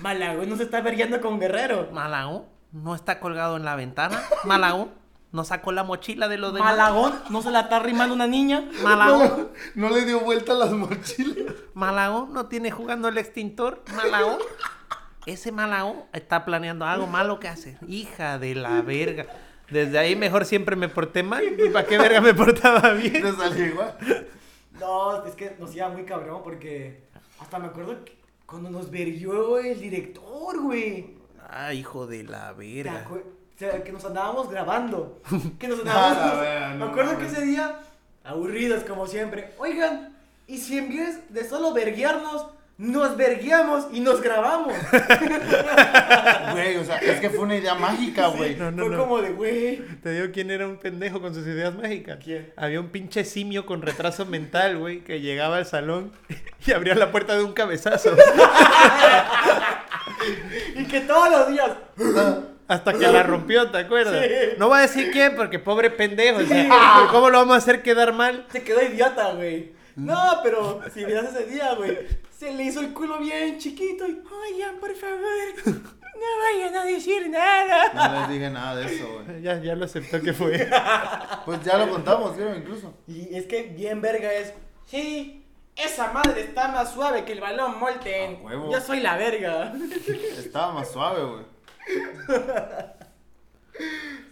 [SPEAKER 1] Malagón no se está vergueando con guerrero.
[SPEAKER 3] Malagón no está colgado en la ventana. Malagón no sacó la mochila de los demás.
[SPEAKER 1] Malagón no se la está rimando una niña.
[SPEAKER 3] Malagón,
[SPEAKER 2] No le dio vuelta a las mochilas.
[SPEAKER 3] Malagón no tiene jugando el extintor. Malagón. Ese Malagón está planeando algo malo que hacer. Hija de la verga. Desde ahí mejor siempre me porté mal. ¿Para qué verga me portaba bien?
[SPEAKER 2] Le salió igual.
[SPEAKER 1] No, es que nos iba muy cabrón porque hasta me acuerdo que cuando nos verguió el director, güey.
[SPEAKER 3] Ah, hijo de la
[SPEAKER 1] ¿Te
[SPEAKER 3] verga.
[SPEAKER 1] acuer- o sea, que nos andábamos grabando. Que nos
[SPEAKER 2] Nada,
[SPEAKER 1] andábamos.
[SPEAKER 2] vea, Ah, no
[SPEAKER 1] me acuerdo que
[SPEAKER 2] mames.
[SPEAKER 1] ese día, aburridos como siempre. Oigan, y si en vez de solo verguearnos, nos vergueamos y nos grabamos.
[SPEAKER 2] Güey, o sea, es que fue una idea mágica, güey.
[SPEAKER 3] No, no,
[SPEAKER 1] Fue
[SPEAKER 3] no.
[SPEAKER 1] como de, güey.
[SPEAKER 3] Te digo quién era un pendejo con sus ideas mágicas.
[SPEAKER 1] ¿Quién?
[SPEAKER 3] Había un pinche simio con retraso mental, güey, que llegaba al salón y abría la puerta de un cabezazo.
[SPEAKER 1] Y que todos los días.
[SPEAKER 3] Hasta que la rompió, ¿te acuerdas?
[SPEAKER 1] Sí.
[SPEAKER 3] No voy a decir quién, porque pobre pendejo. o sea, ¿Cómo lo vamos a hacer quedar mal?
[SPEAKER 1] Se quedó idiota, güey. No, pero si miras ese día, güey, se le hizo el culo bien chiquito y, oigan, por favor, no vayan a decir nada.
[SPEAKER 2] No les dije nada de eso, güey.
[SPEAKER 3] Ya, ya lo aceptó que fue.
[SPEAKER 2] Pues ya lo contamos, creo, incluso.
[SPEAKER 1] Y es que bien verga es, sí, esa madre está más suave que el balón Molten.
[SPEAKER 2] A huevo.
[SPEAKER 1] Yo soy la verga.
[SPEAKER 2] Estaba más suave, güey.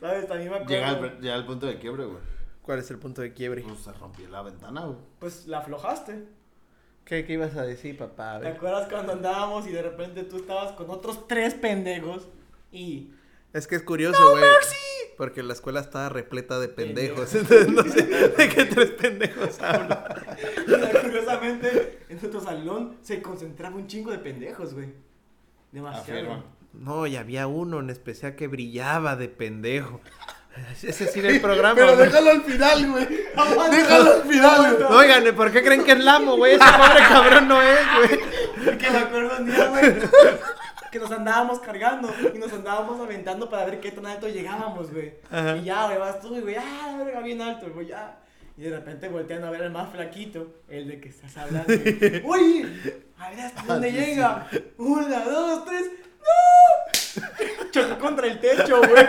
[SPEAKER 1] ¿Sabes? También me acuerdo.
[SPEAKER 2] Llega al, llega al punto de quiebre, güey.
[SPEAKER 3] ¿Cuál es el punto de quiebre?
[SPEAKER 2] Pues se rompió la ventana, güey.
[SPEAKER 1] Pues la aflojaste.
[SPEAKER 3] ¿Qué, qué ibas a decir, papá? A
[SPEAKER 1] ¿Te
[SPEAKER 3] ver.
[SPEAKER 1] acuerdas cuando andábamos y de repente tú estabas con otros tres pendejos y...
[SPEAKER 3] Es que es curioso, güey. porque la escuela estaba repleta de pendejos. Entonces no sé de qué tres pendejos hablo.
[SPEAKER 1] Curiosamente, en nuestro salón se concentraba un chingo de pendejos, güey. Demasiado.
[SPEAKER 2] Afirma.
[SPEAKER 3] No, y había uno en especial que brillaba de pendejo. Ese sí era el programa.
[SPEAKER 2] Pero
[SPEAKER 3] ¿no?
[SPEAKER 2] déjalo al final, güey.
[SPEAKER 1] Aguanta.
[SPEAKER 2] Déjalo al final, güey.
[SPEAKER 3] No, Oigan, ¿y ¿por qué creen que es Lamo, güey? Ese pobre cabrón no es, güey.
[SPEAKER 1] Porque me acuerdo un día, güey, que nos andábamos cargando y nos andábamos aventando para ver qué tan alto llegábamos, güey.
[SPEAKER 3] Ajá.
[SPEAKER 1] Y ya, güey, vas tú, y güey, ah, la verga, bien alto, güey, ya. Y de repente volteando a ver al más flaquito, el de que estás hablando. güey. Oye, a ver hasta
[SPEAKER 2] Ah,
[SPEAKER 1] dónde llega. Una, dos, tres. ¡No! Chocó contra el techo, güey.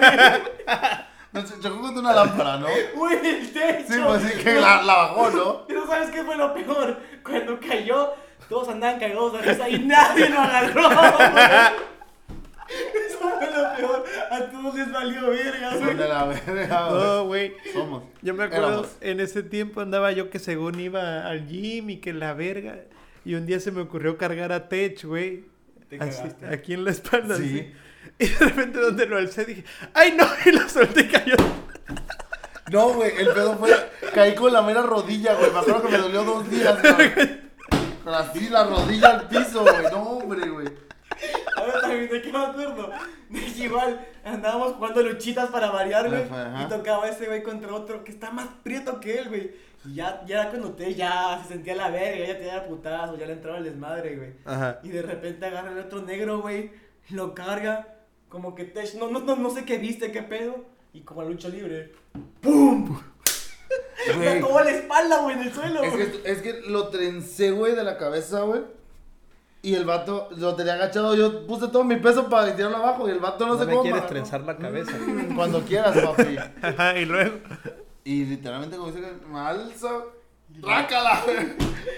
[SPEAKER 2] No, se chocó contra una lámpara, ¿no?
[SPEAKER 1] Güey, el techo.
[SPEAKER 2] Sí, pues sí que la, la bajó, ¿no?
[SPEAKER 1] Pero ¿sabes qué fue lo peor? Cuando cayó, todos andaban cagados de risa y nadie lo agarró. güey. Eso fue lo peor. A todos les valió verga,
[SPEAKER 2] Son
[SPEAKER 1] güey.
[SPEAKER 2] de la verga,
[SPEAKER 3] No,
[SPEAKER 2] güey.
[SPEAKER 3] güey.
[SPEAKER 2] Somos.
[SPEAKER 3] Yo me acuerdo,
[SPEAKER 2] Éramos.
[SPEAKER 3] en ese tiempo andaba yo que según iba al gym y que la verga. Y un día se me ocurrió cargar a Tech, güey.
[SPEAKER 1] Te
[SPEAKER 3] Así,
[SPEAKER 1] cagaste.
[SPEAKER 3] aquí en la espalda.
[SPEAKER 2] Sí.
[SPEAKER 3] así. Y de repente donde lo alcé dije, ¡ay no! Y lo solté y cayó.
[SPEAKER 2] No, güey, el pedo fue. Caí con la mera rodilla, güey. Me acuerdo que me dolió dos días, güey. Con así la rodilla al piso, güey. No, hombre, güey.
[SPEAKER 1] Ahora también de qué me acuerdo. De que igual andábamos jugando luchitas para variar, güey.
[SPEAKER 2] Ajá.
[SPEAKER 1] Y tocaba ese güey contra otro que está más prieto que él, güey. Y ya, ya cuando te ya se sentía la verga, ya tenía putazo, ya le entraba el desmadre, güey.
[SPEAKER 3] Ajá.
[SPEAKER 1] Y de repente agarra el otro negro, güey. Lo carga. Como que te. No, no, no, no sé qué viste, qué pedo. Y como a lucha libre. ¡Pum! Le
[SPEAKER 2] Güey.
[SPEAKER 1] acabó la espalda, güey, en el suelo,
[SPEAKER 2] Es
[SPEAKER 1] güey.
[SPEAKER 2] que, es que lo trencé, güey, de la cabeza, güey. Y el vato lo tenía agachado. Yo puse todo mi peso para tirarlo abajo. Y el vato no,
[SPEAKER 3] No,
[SPEAKER 2] se
[SPEAKER 3] me
[SPEAKER 2] cómo.
[SPEAKER 3] quieres
[SPEAKER 2] agarró.
[SPEAKER 3] trenzar la cabeza.
[SPEAKER 2] Cuando quieras, papi.
[SPEAKER 3] Ajá, y luego.
[SPEAKER 2] Y literalmente, como dice, que me alzo. ¡Rácala! güey.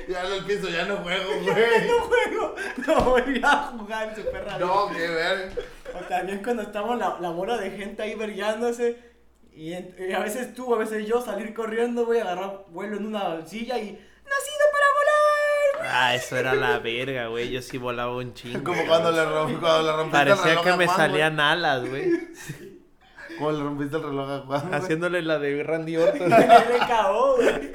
[SPEAKER 2] Ya en el piso, ya no juego,
[SPEAKER 1] No
[SPEAKER 2] güey.
[SPEAKER 1] juego. No volví a jugar en su perra. vida.
[SPEAKER 2] No, qué ver.
[SPEAKER 1] O también cuando estamos la, la bola de gente ahí vergándose. Y, en- y a veces tú, a veces yo, salir corriendo, voy a agarrar vuelo en una silla y. ¡Nacido para volar!
[SPEAKER 3] Ah, eso era la verga, güey. Yo sí volaba un chingo.
[SPEAKER 2] Como cuando le, rom- cuando le rompiste el
[SPEAKER 3] Parecía
[SPEAKER 2] reloj
[SPEAKER 3] que
[SPEAKER 2] a
[SPEAKER 3] me
[SPEAKER 2] Juan,
[SPEAKER 3] salían alas, güey.
[SPEAKER 2] güey. Como le rompiste el reloj a Juan. güey.
[SPEAKER 3] Haciéndole la de Randy Orton.
[SPEAKER 1] Me cagó, güey.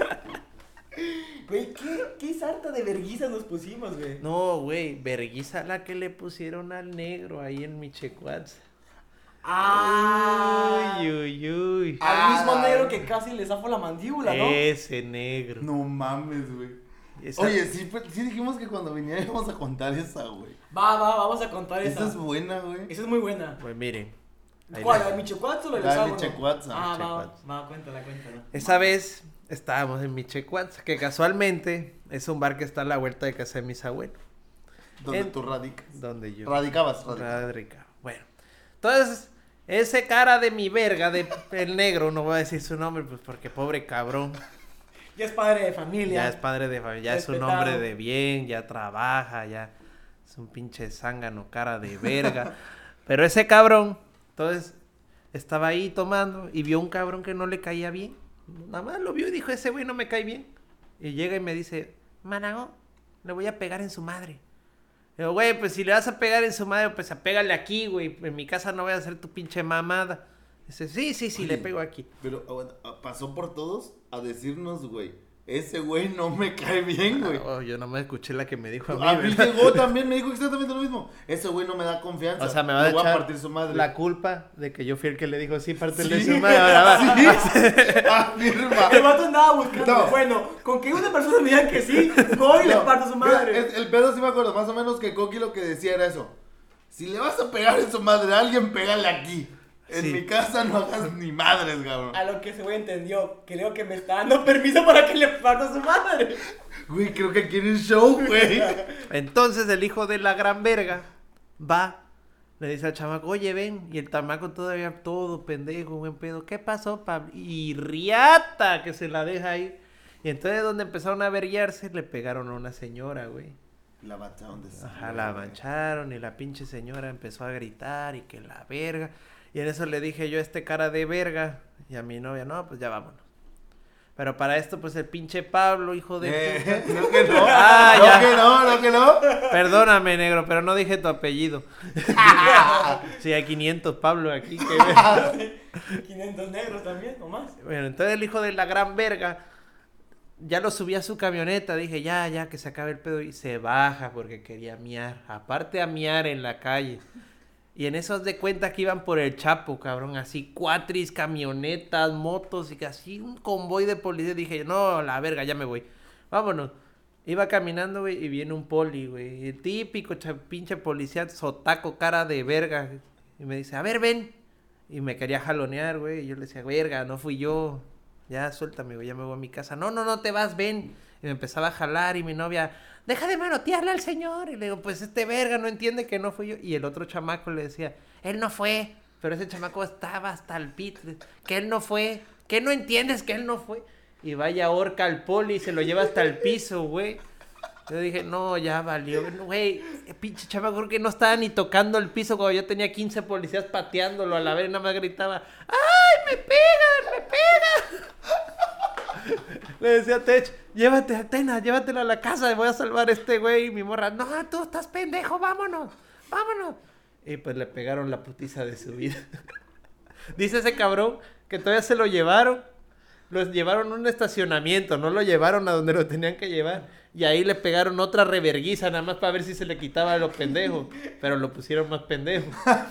[SPEAKER 1] Güey, qué, qué sarta de verguiza nos pusimos, güey.
[SPEAKER 3] No, güey, verguiza la que le pusieron al negro ahí en Michecuatz.
[SPEAKER 1] Ah,
[SPEAKER 3] Uy, uy, uy.
[SPEAKER 1] al mismo
[SPEAKER 2] Ah.
[SPEAKER 1] negro que casi le zafó la mandíbula, ¿no?
[SPEAKER 3] Ese negro.
[SPEAKER 2] No mames, güey.
[SPEAKER 3] Esa-
[SPEAKER 2] Oye, sí, fue- sí dijimos que cuando viniera íbamos a contar esa, güey.
[SPEAKER 1] Va, va, vamos a contar esa.
[SPEAKER 2] Esa es buena, güey.
[SPEAKER 1] Esa es muy buena.
[SPEAKER 3] Pues miren. ahí
[SPEAKER 1] ¿Cuál?
[SPEAKER 3] les-
[SPEAKER 1] ¿La de Michoacuatza o la del
[SPEAKER 2] La de
[SPEAKER 1] Hexágono?
[SPEAKER 2] Michoacuatza,
[SPEAKER 1] Ah,
[SPEAKER 3] Michoacuatza.
[SPEAKER 1] va, va, cuéntala, cuéntala.
[SPEAKER 3] Esa vez estábamos en Michecuatz, que casualmente es un bar que está a la vuelta de casa de mis abuelos.
[SPEAKER 2] Donde
[SPEAKER 3] en-
[SPEAKER 2] tú radicas.
[SPEAKER 3] Donde yo.
[SPEAKER 2] Radicabas, radicabas.
[SPEAKER 3] Radrica. Bueno. Entonces, ese cara de mi verga, de el negro, no voy a decir su nombre, pues porque pobre cabrón.
[SPEAKER 1] Ya es padre de familia.
[SPEAKER 3] Ya es padre de familia, ya es un
[SPEAKER 1] Respetado.
[SPEAKER 3] hombre de bien, ya trabaja, ya es un pinche zángano, cara de verga. Pero ese cabrón, entonces, estaba ahí tomando y vio un cabrón que no le caía bien. Nada más lo vio y dijo, ese güey no me cae bien. Y llega y me dice, Manago, le voy a pegar en su madre. Le digo, güey, pues si le vas a pegar en su madre, pues apégale aquí, güey. En mi casa no voy a hacer tu pinche mamada. Dice, sí, sí, sí, le
[SPEAKER 2] Oye.
[SPEAKER 3] pego aquí.
[SPEAKER 2] Pero aguanta, a- pasó por todos a decirnos, güey, ese güey no me cae bien, güey. Ah,
[SPEAKER 3] Oh, yo nomás escuché la que me dijo a mí.
[SPEAKER 2] A mí
[SPEAKER 3] ¿verdad?
[SPEAKER 2] llegó también, me dijo exactamente lo mismo. Ese güey no me da confianza.
[SPEAKER 3] O sea, me va a
[SPEAKER 2] Le voy
[SPEAKER 3] echar
[SPEAKER 2] partir su madre.
[SPEAKER 3] la culpa de que yo fui el que le dijo, sí, pártele
[SPEAKER 2] Sí.
[SPEAKER 3] su madre. ahora va".
[SPEAKER 2] Sí, afirma.
[SPEAKER 1] El vato andaba buscando.
[SPEAKER 2] No.
[SPEAKER 1] Bueno, con que una persona me diga que sí, voy y le
[SPEAKER 2] No,
[SPEAKER 1] parto a su
[SPEAKER 2] mira,
[SPEAKER 1] madre.
[SPEAKER 2] es- el pedo sí me acuerdo, más o menos que Coqui lo que decía era eso. Si le vas a pegar en su madre a alguien, pégale aquí. En
[SPEAKER 3] Sí.
[SPEAKER 2] mi casa no hagas ni madres, cabrón.
[SPEAKER 1] A lo que ese güey entendió, creo que me está dando permiso para que le parta a su madre.
[SPEAKER 2] Güey, creo que quiere show, güey.
[SPEAKER 3] Entonces el hijo de la gran verga va, le dice al chamaco, oye, ven. Y el chamaco todavía todo pendejo, buen pedo. ¿Qué pasó, Pablo? Y riata que se la deja ahí. Y entonces donde empezaron a verguiarse, le pegaron a una señora, güey.
[SPEAKER 2] La mataron de
[SPEAKER 3] Ajá, la mancharon y la pinche señora empezó a gritar y que la verga. Y en eso le dije yo a este cara de verga y a mi novia, no, pues ya vámonos. Pero para esto, pues el pinche Pablo, hijo de...
[SPEAKER 2] Eh, no que no.
[SPEAKER 3] Ah,
[SPEAKER 2] no
[SPEAKER 3] ya.
[SPEAKER 2] que no, no que no.
[SPEAKER 3] puta. Perdóname, negro, pero no dije tu apellido. sí, hay 500 Pablo aquí. Que...
[SPEAKER 2] Ah.
[SPEAKER 1] 500 negros también, o más.
[SPEAKER 3] Bueno, entonces el hijo de la gran verga ya lo subí a su camioneta. Dije, ya, ya, que se acabe el pedo. Y se baja porque quería miar. Aparte a miar en la calle. Y en esos de cuenta que iban por el Chapo, cabrón. Así, cuatris, camionetas, motos y que así un convoy de policía. Dije, no, la verga, ya me voy. Vámonos. Iba caminando, güey, y viene un poli, güey. El típico cha- pinche policía, sotaco, cara de verga. Y me dice, a ver, ven. Y me quería jalonear, güey. Y yo le decía, verga, no fui yo. Ya, suéltame, güey, ya me voy a mi casa. No, no, no te vas, ven. Y me empezaba a jalar y mi novia, deja de manotearle al señor. Y le digo, pues este verga no entiende que no fui yo. Y el otro chamaco le decía, él no fue. Pero ese chamaco estaba hasta el pitre. Que él no fue. Que no entiendes que él no fue. Y vaya horca al poli y se lo lleva hasta el piso, güey. Yo dije, no, ya valió. Güey, pinche chamaco, creo que no estaba ni tocando el piso cuando yo tenía 15 policías pateándolo a la verga y nada más gritaba, ¡ay, me pegan, me pegan! Le decía a Tech, llévate a Atena, llévatela a la casa, voy a salvar a este güey. Y mi morra, no, tú estás pendejo, vámonos, vámonos. Y pues le pegaron la putiza de su vida. Dice ese cabrón que todavía se lo llevaron. Los llevaron a un estacionamiento, no lo llevaron a donde lo tenían que llevar. Y ahí le pegaron otra reverguiza, nada más para ver si se le quitaba a los pendejos. Pero lo pusieron más pendejo.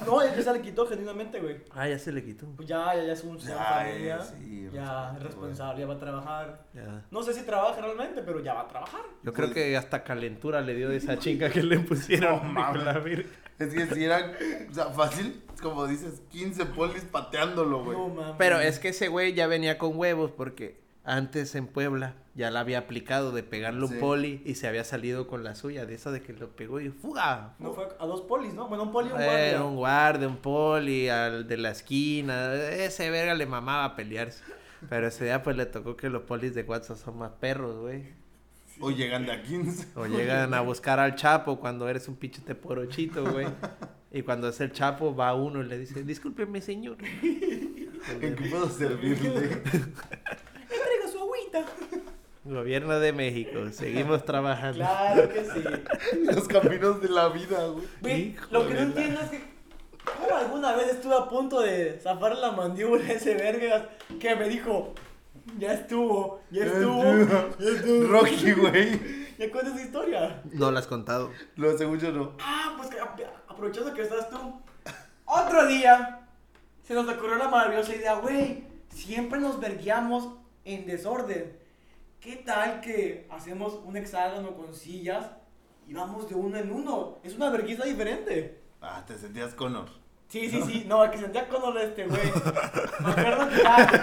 [SPEAKER 1] No, ya que se le quitó genuinamente, güey.
[SPEAKER 3] Ah, ya se le quitó.
[SPEAKER 1] Pues ya, ya, ya es un
[SPEAKER 2] Ya,
[SPEAKER 1] familia,
[SPEAKER 2] eh, sí,
[SPEAKER 1] ya
[SPEAKER 2] responsable,
[SPEAKER 1] responsable, ya va a trabajar.
[SPEAKER 3] Ya.
[SPEAKER 1] No sé si trabaja realmente, pero ya va a trabajar.
[SPEAKER 3] Yo creo que hasta calentura le dio de esa chinga que le pusieron.
[SPEAKER 2] No mames.
[SPEAKER 3] la verga.
[SPEAKER 2] Es que si eran, o sea, fácil, como dices, 15 polis pateándolo, güey.
[SPEAKER 1] No mames.
[SPEAKER 3] Pero es que ese güey ya venía con huevos porque antes en Puebla ya la había aplicado de pegarle un
[SPEAKER 2] Sí.
[SPEAKER 3] poli y se había salido con la suya, de esa de que lo pegó y fuga.
[SPEAKER 1] No fue a dos polis, ¿no? Bueno, un poli y un
[SPEAKER 3] Era un
[SPEAKER 1] guardia.
[SPEAKER 3] guardia, un poli, al de la esquina, ese verga le mamaba a pelearse. Pero ese día pues le tocó que los polis de WhatsApp son más perros, güey.
[SPEAKER 2] O llegan de a 15.
[SPEAKER 3] O llegan a buscar al Chapo cuando eres un pinche teporochito, güey. Y cuando es el Chapo, va uno y le dice, discúlpeme, señor.
[SPEAKER 2] ¿En qué puedo servirle?
[SPEAKER 1] Entrega su agüita.
[SPEAKER 3] Gobierno de México, seguimos trabajando.
[SPEAKER 1] Claro que sí.
[SPEAKER 2] Los caminos de la vida, güey.
[SPEAKER 1] Güey,
[SPEAKER 3] Hijo
[SPEAKER 1] lo que
[SPEAKER 3] de
[SPEAKER 1] no
[SPEAKER 3] la-
[SPEAKER 1] entiendo es que. ¿Cómo alguna vez estuve a punto de zafar la mandíbula a ese vergas que me dijo: Ya estuvo, ya estuvo, ya estuvo.
[SPEAKER 2] Rocky, güey.
[SPEAKER 1] ¿Ya cuenta esa historia?
[SPEAKER 3] No lo has contado.
[SPEAKER 2] Lo según yo no.
[SPEAKER 1] Ah, pues que ap- aprovechando que estás tú. Otro día se nos ocurrió la maravillosa idea, güey. Siempre nos verguiamos en desorden. ¿Qué tal que hacemos un hexágono con sillas y vamos de uno en uno? Es una vergüenza diferente.
[SPEAKER 2] Ah, te sentías Connor.
[SPEAKER 1] Sí, sí, sí. No, el que sentía con olor este güey. Me acuerdo que ah,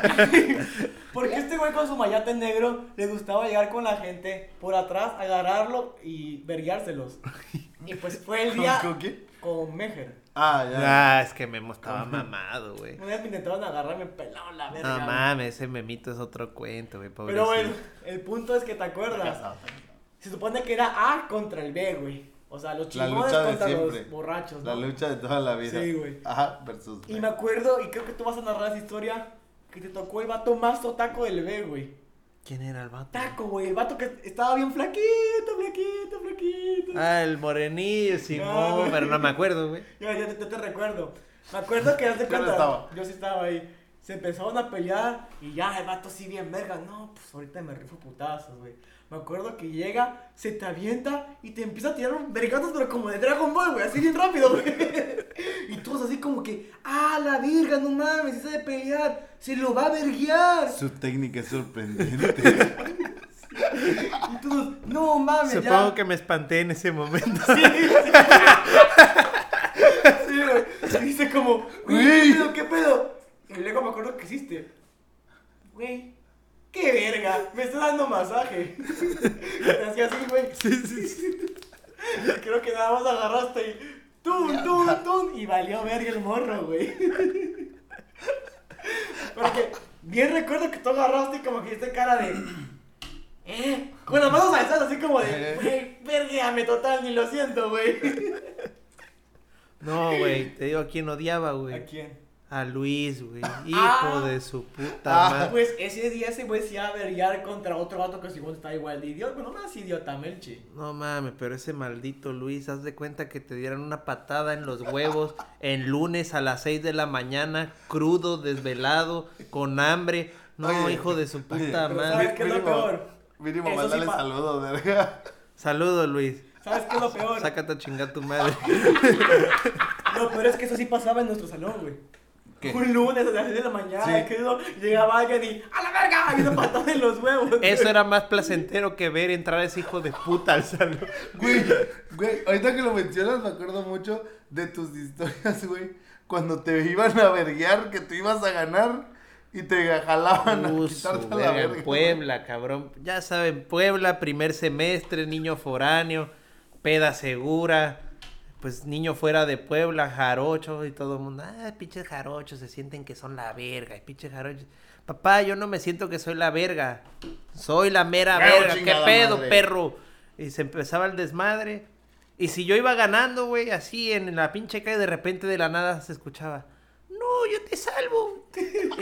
[SPEAKER 1] Porque este güey con su mayate negro le gustaba llegar con la gente por atrás, agarrarlo y verguiárselos. Y pues fue el día.
[SPEAKER 2] ¿Con qué?
[SPEAKER 1] Con Mejer.
[SPEAKER 2] Ah, ya.
[SPEAKER 3] Ah, es que Memo estaba mamado, güey.
[SPEAKER 1] Una vez me intentaron agarrar, me pelaron la verga.
[SPEAKER 3] No mames, ese memito es otro cuento, güey.
[SPEAKER 1] Pero
[SPEAKER 3] Pobrecito.
[SPEAKER 1] bueno, el punto es que te acuerdas. Se supone que era A contra el B, güey. O sea, los
[SPEAKER 2] La
[SPEAKER 1] chingones
[SPEAKER 2] lucha de
[SPEAKER 1] contra los
[SPEAKER 2] siempre.
[SPEAKER 1] borrachos.
[SPEAKER 2] La
[SPEAKER 1] ¿no?
[SPEAKER 2] lucha de toda la vida.
[SPEAKER 1] Sí, güey.
[SPEAKER 2] Ajá, versus.
[SPEAKER 1] Y me acuerdo, y creo que tú vas a narrar esa historia, que te tocó el vato más totaco del B, güey.
[SPEAKER 3] ¿Quién era el vato?
[SPEAKER 1] Taco, güey. El vato que estaba bien flaquito, flaquito, flaquito.
[SPEAKER 3] Ah, el morenillo, Simón,
[SPEAKER 1] güey.
[SPEAKER 3] pero no me acuerdo, güey.
[SPEAKER 1] Yo, yo te, yo te recuerdo. Me acuerdo que hace
[SPEAKER 2] Yo no
[SPEAKER 1] cuenta.
[SPEAKER 2] estaba.
[SPEAKER 1] Yo sí estaba ahí. Se empezaron a pelear y ya el vato sí bien verga. No, pues ahorita me rifo putazos, güey. Me acuerdo que llega, se te avienta y te empieza a tirar un vergazos, pero como de Dragon Ball, güey, así bien rápido, güey. Y todos así como que, ah, la virga, no mames, se de pelear, se lo va a verguear.
[SPEAKER 2] Su técnica es sorprendente.
[SPEAKER 1] Y todos, no mames, ya.
[SPEAKER 3] Supongo que me espanté en ese momento.
[SPEAKER 1] Sí, sí. Sí, güey. Y dice como, güey, ¿qué
[SPEAKER 2] Güey.
[SPEAKER 1] pedo? ¿Qué pedo? Y luego me acuerdo que hiciste. Güey, qué verga, me está dando masaje. Y Te hacía así, güey. Y Creo que nada más agarraste y. ¡Tum, tum, tum! Y valió verga el morro, güey. Porque bien recuerdo que tú agarraste y como que hiciste cara de. ¿Eh? Con las manos alzadas, así como de. Güey, verguéame total, ni lo siento, güey.
[SPEAKER 3] No, güey, te digo a quién odiaba, güey.
[SPEAKER 1] ¿A quién?
[SPEAKER 3] A Luis, güey. Hijo
[SPEAKER 1] Ah.
[SPEAKER 3] de su puta
[SPEAKER 2] Ah,
[SPEAKER 3] madre.
[SPEAKER 1] Pues ese día ese güey se iba a verguiar contra otro vato que según está igual de idiota. Bueno, más idiota, Melchi.
[SPEAKER 3] No mames, pero ese maldito Luis, haz de cuenta que te dieran una patada en los huevos en lunes a las 6 de la mañana, crudo, desvelado, con hambre. No,
[SPEAKER 2] Oye,
[SPEAKER 3] hijo de su
[SPEAKER 2] oye,
[SPEAKER 3] puta
[SPEAKER 1] pero
[SPEAKER 3] madre.
[SPEAKER 1] ¿sabes qué es lo peor?
[SPEAKER 2] Mínimo,
[SPEAKER 1] Eso sí
[SPEAKER 2] mandale
[SPEAKER 1] pa-
[SPEAKER 2] saludos, verga.
[SPEAKER 3] Saludos, Luis.
[SPEAKER 1] ¿Sabes qué es lo peor?
[SPEAKER 3] Sácate a chingar tu madre.
[SPEAKER 1] Lo peor es que eso sí pasaba en nuestro salón, güey.
[SPEAKER 2] ¿Qué?
[SPEAKER 1] Un lunes a las 6 de la mañana,
[SPEAKER 2] Sí.
[SPEAKER 1] que eso, llegaba alguien y ¡A la verga! Y una patada en los huevos.
[SPEAKER 3] Eso era más placentero que ver entrar a ese hijo de puta al salón.
[SPEAKER 2] Güey, güey, ahorita que lo mencionas me acuerdo mucho de tus historias, güey. Cuando te iban a verguear, que tú ibas a ganar y te jalaban a
[SPEAKER 3] Uso,
[SPEAKER 2] quitarte la
[SPEAKER 3] verga,
[SPEAKER 2] verga.
[SPEAKER 3] en Puebla, cabrón. Ya saben, Puebla, primer semestre, niño foráneo, peda segura. Pues niño fuera de Puebla, jarocho y todo el mundo. Ah, pinches jarochos, se sienten que son la verga. Pinches jarochos. Papá, yo no me siento que soy la verga. Soy la mera
[SPEAKER 2] Huevo,
[SPEAKER 3] verga. ¿Qué
[SPEAKER 2] chingada
[SPEAKER 3] pedo,
[SPEAKER 2] madre.
[SPEAKER 3] perro? Y se empezaba el desmadre. Y si yo iba ganando, güey, así en la pinche calle, de repente de la nada se escuchaba. No, yo te salvo.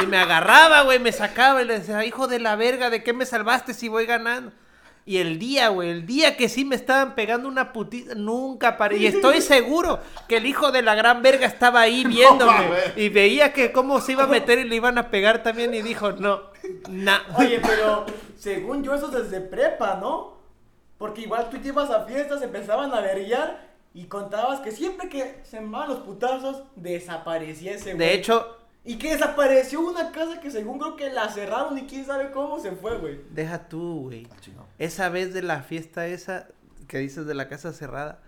[SPEAKER 3] Y me agarraba, güey, me sacaba y le decía, hijo de la verga, ¿de qué me salvaste si voy ganando? Y el día, güey, el día que sí me estaban pegando una putita, nunca paré. Y estoy seguro que el hijo de la gran verga estaba ahí viéndome.
[SPEAKER 2] mames.
[SPEAKER 3] y veía que cómo se iba a meter y le iban a pegar también. Y dijo, no, na.
[SPEAKER 1] Oye, pero según yo eso es desde prepa, ¿no? Porque igual tú te ibas a fiestas, empezaban a verguiar y contabas que siempre que se armaban los putazos, desaparecía ese güey.
[SPEAKER 3] De hecho,
[SPEAKER 1] Y que desapareció una casa que según creo que la cerraron y quién sabe cómo se fue, güey.
[SPEAKER 3] deja tú, güey.
[SPEAKER 2] Ah, chingado.
[SPEAKER 3] Esa vez de la fiesta esa que dices de la casa cerrada,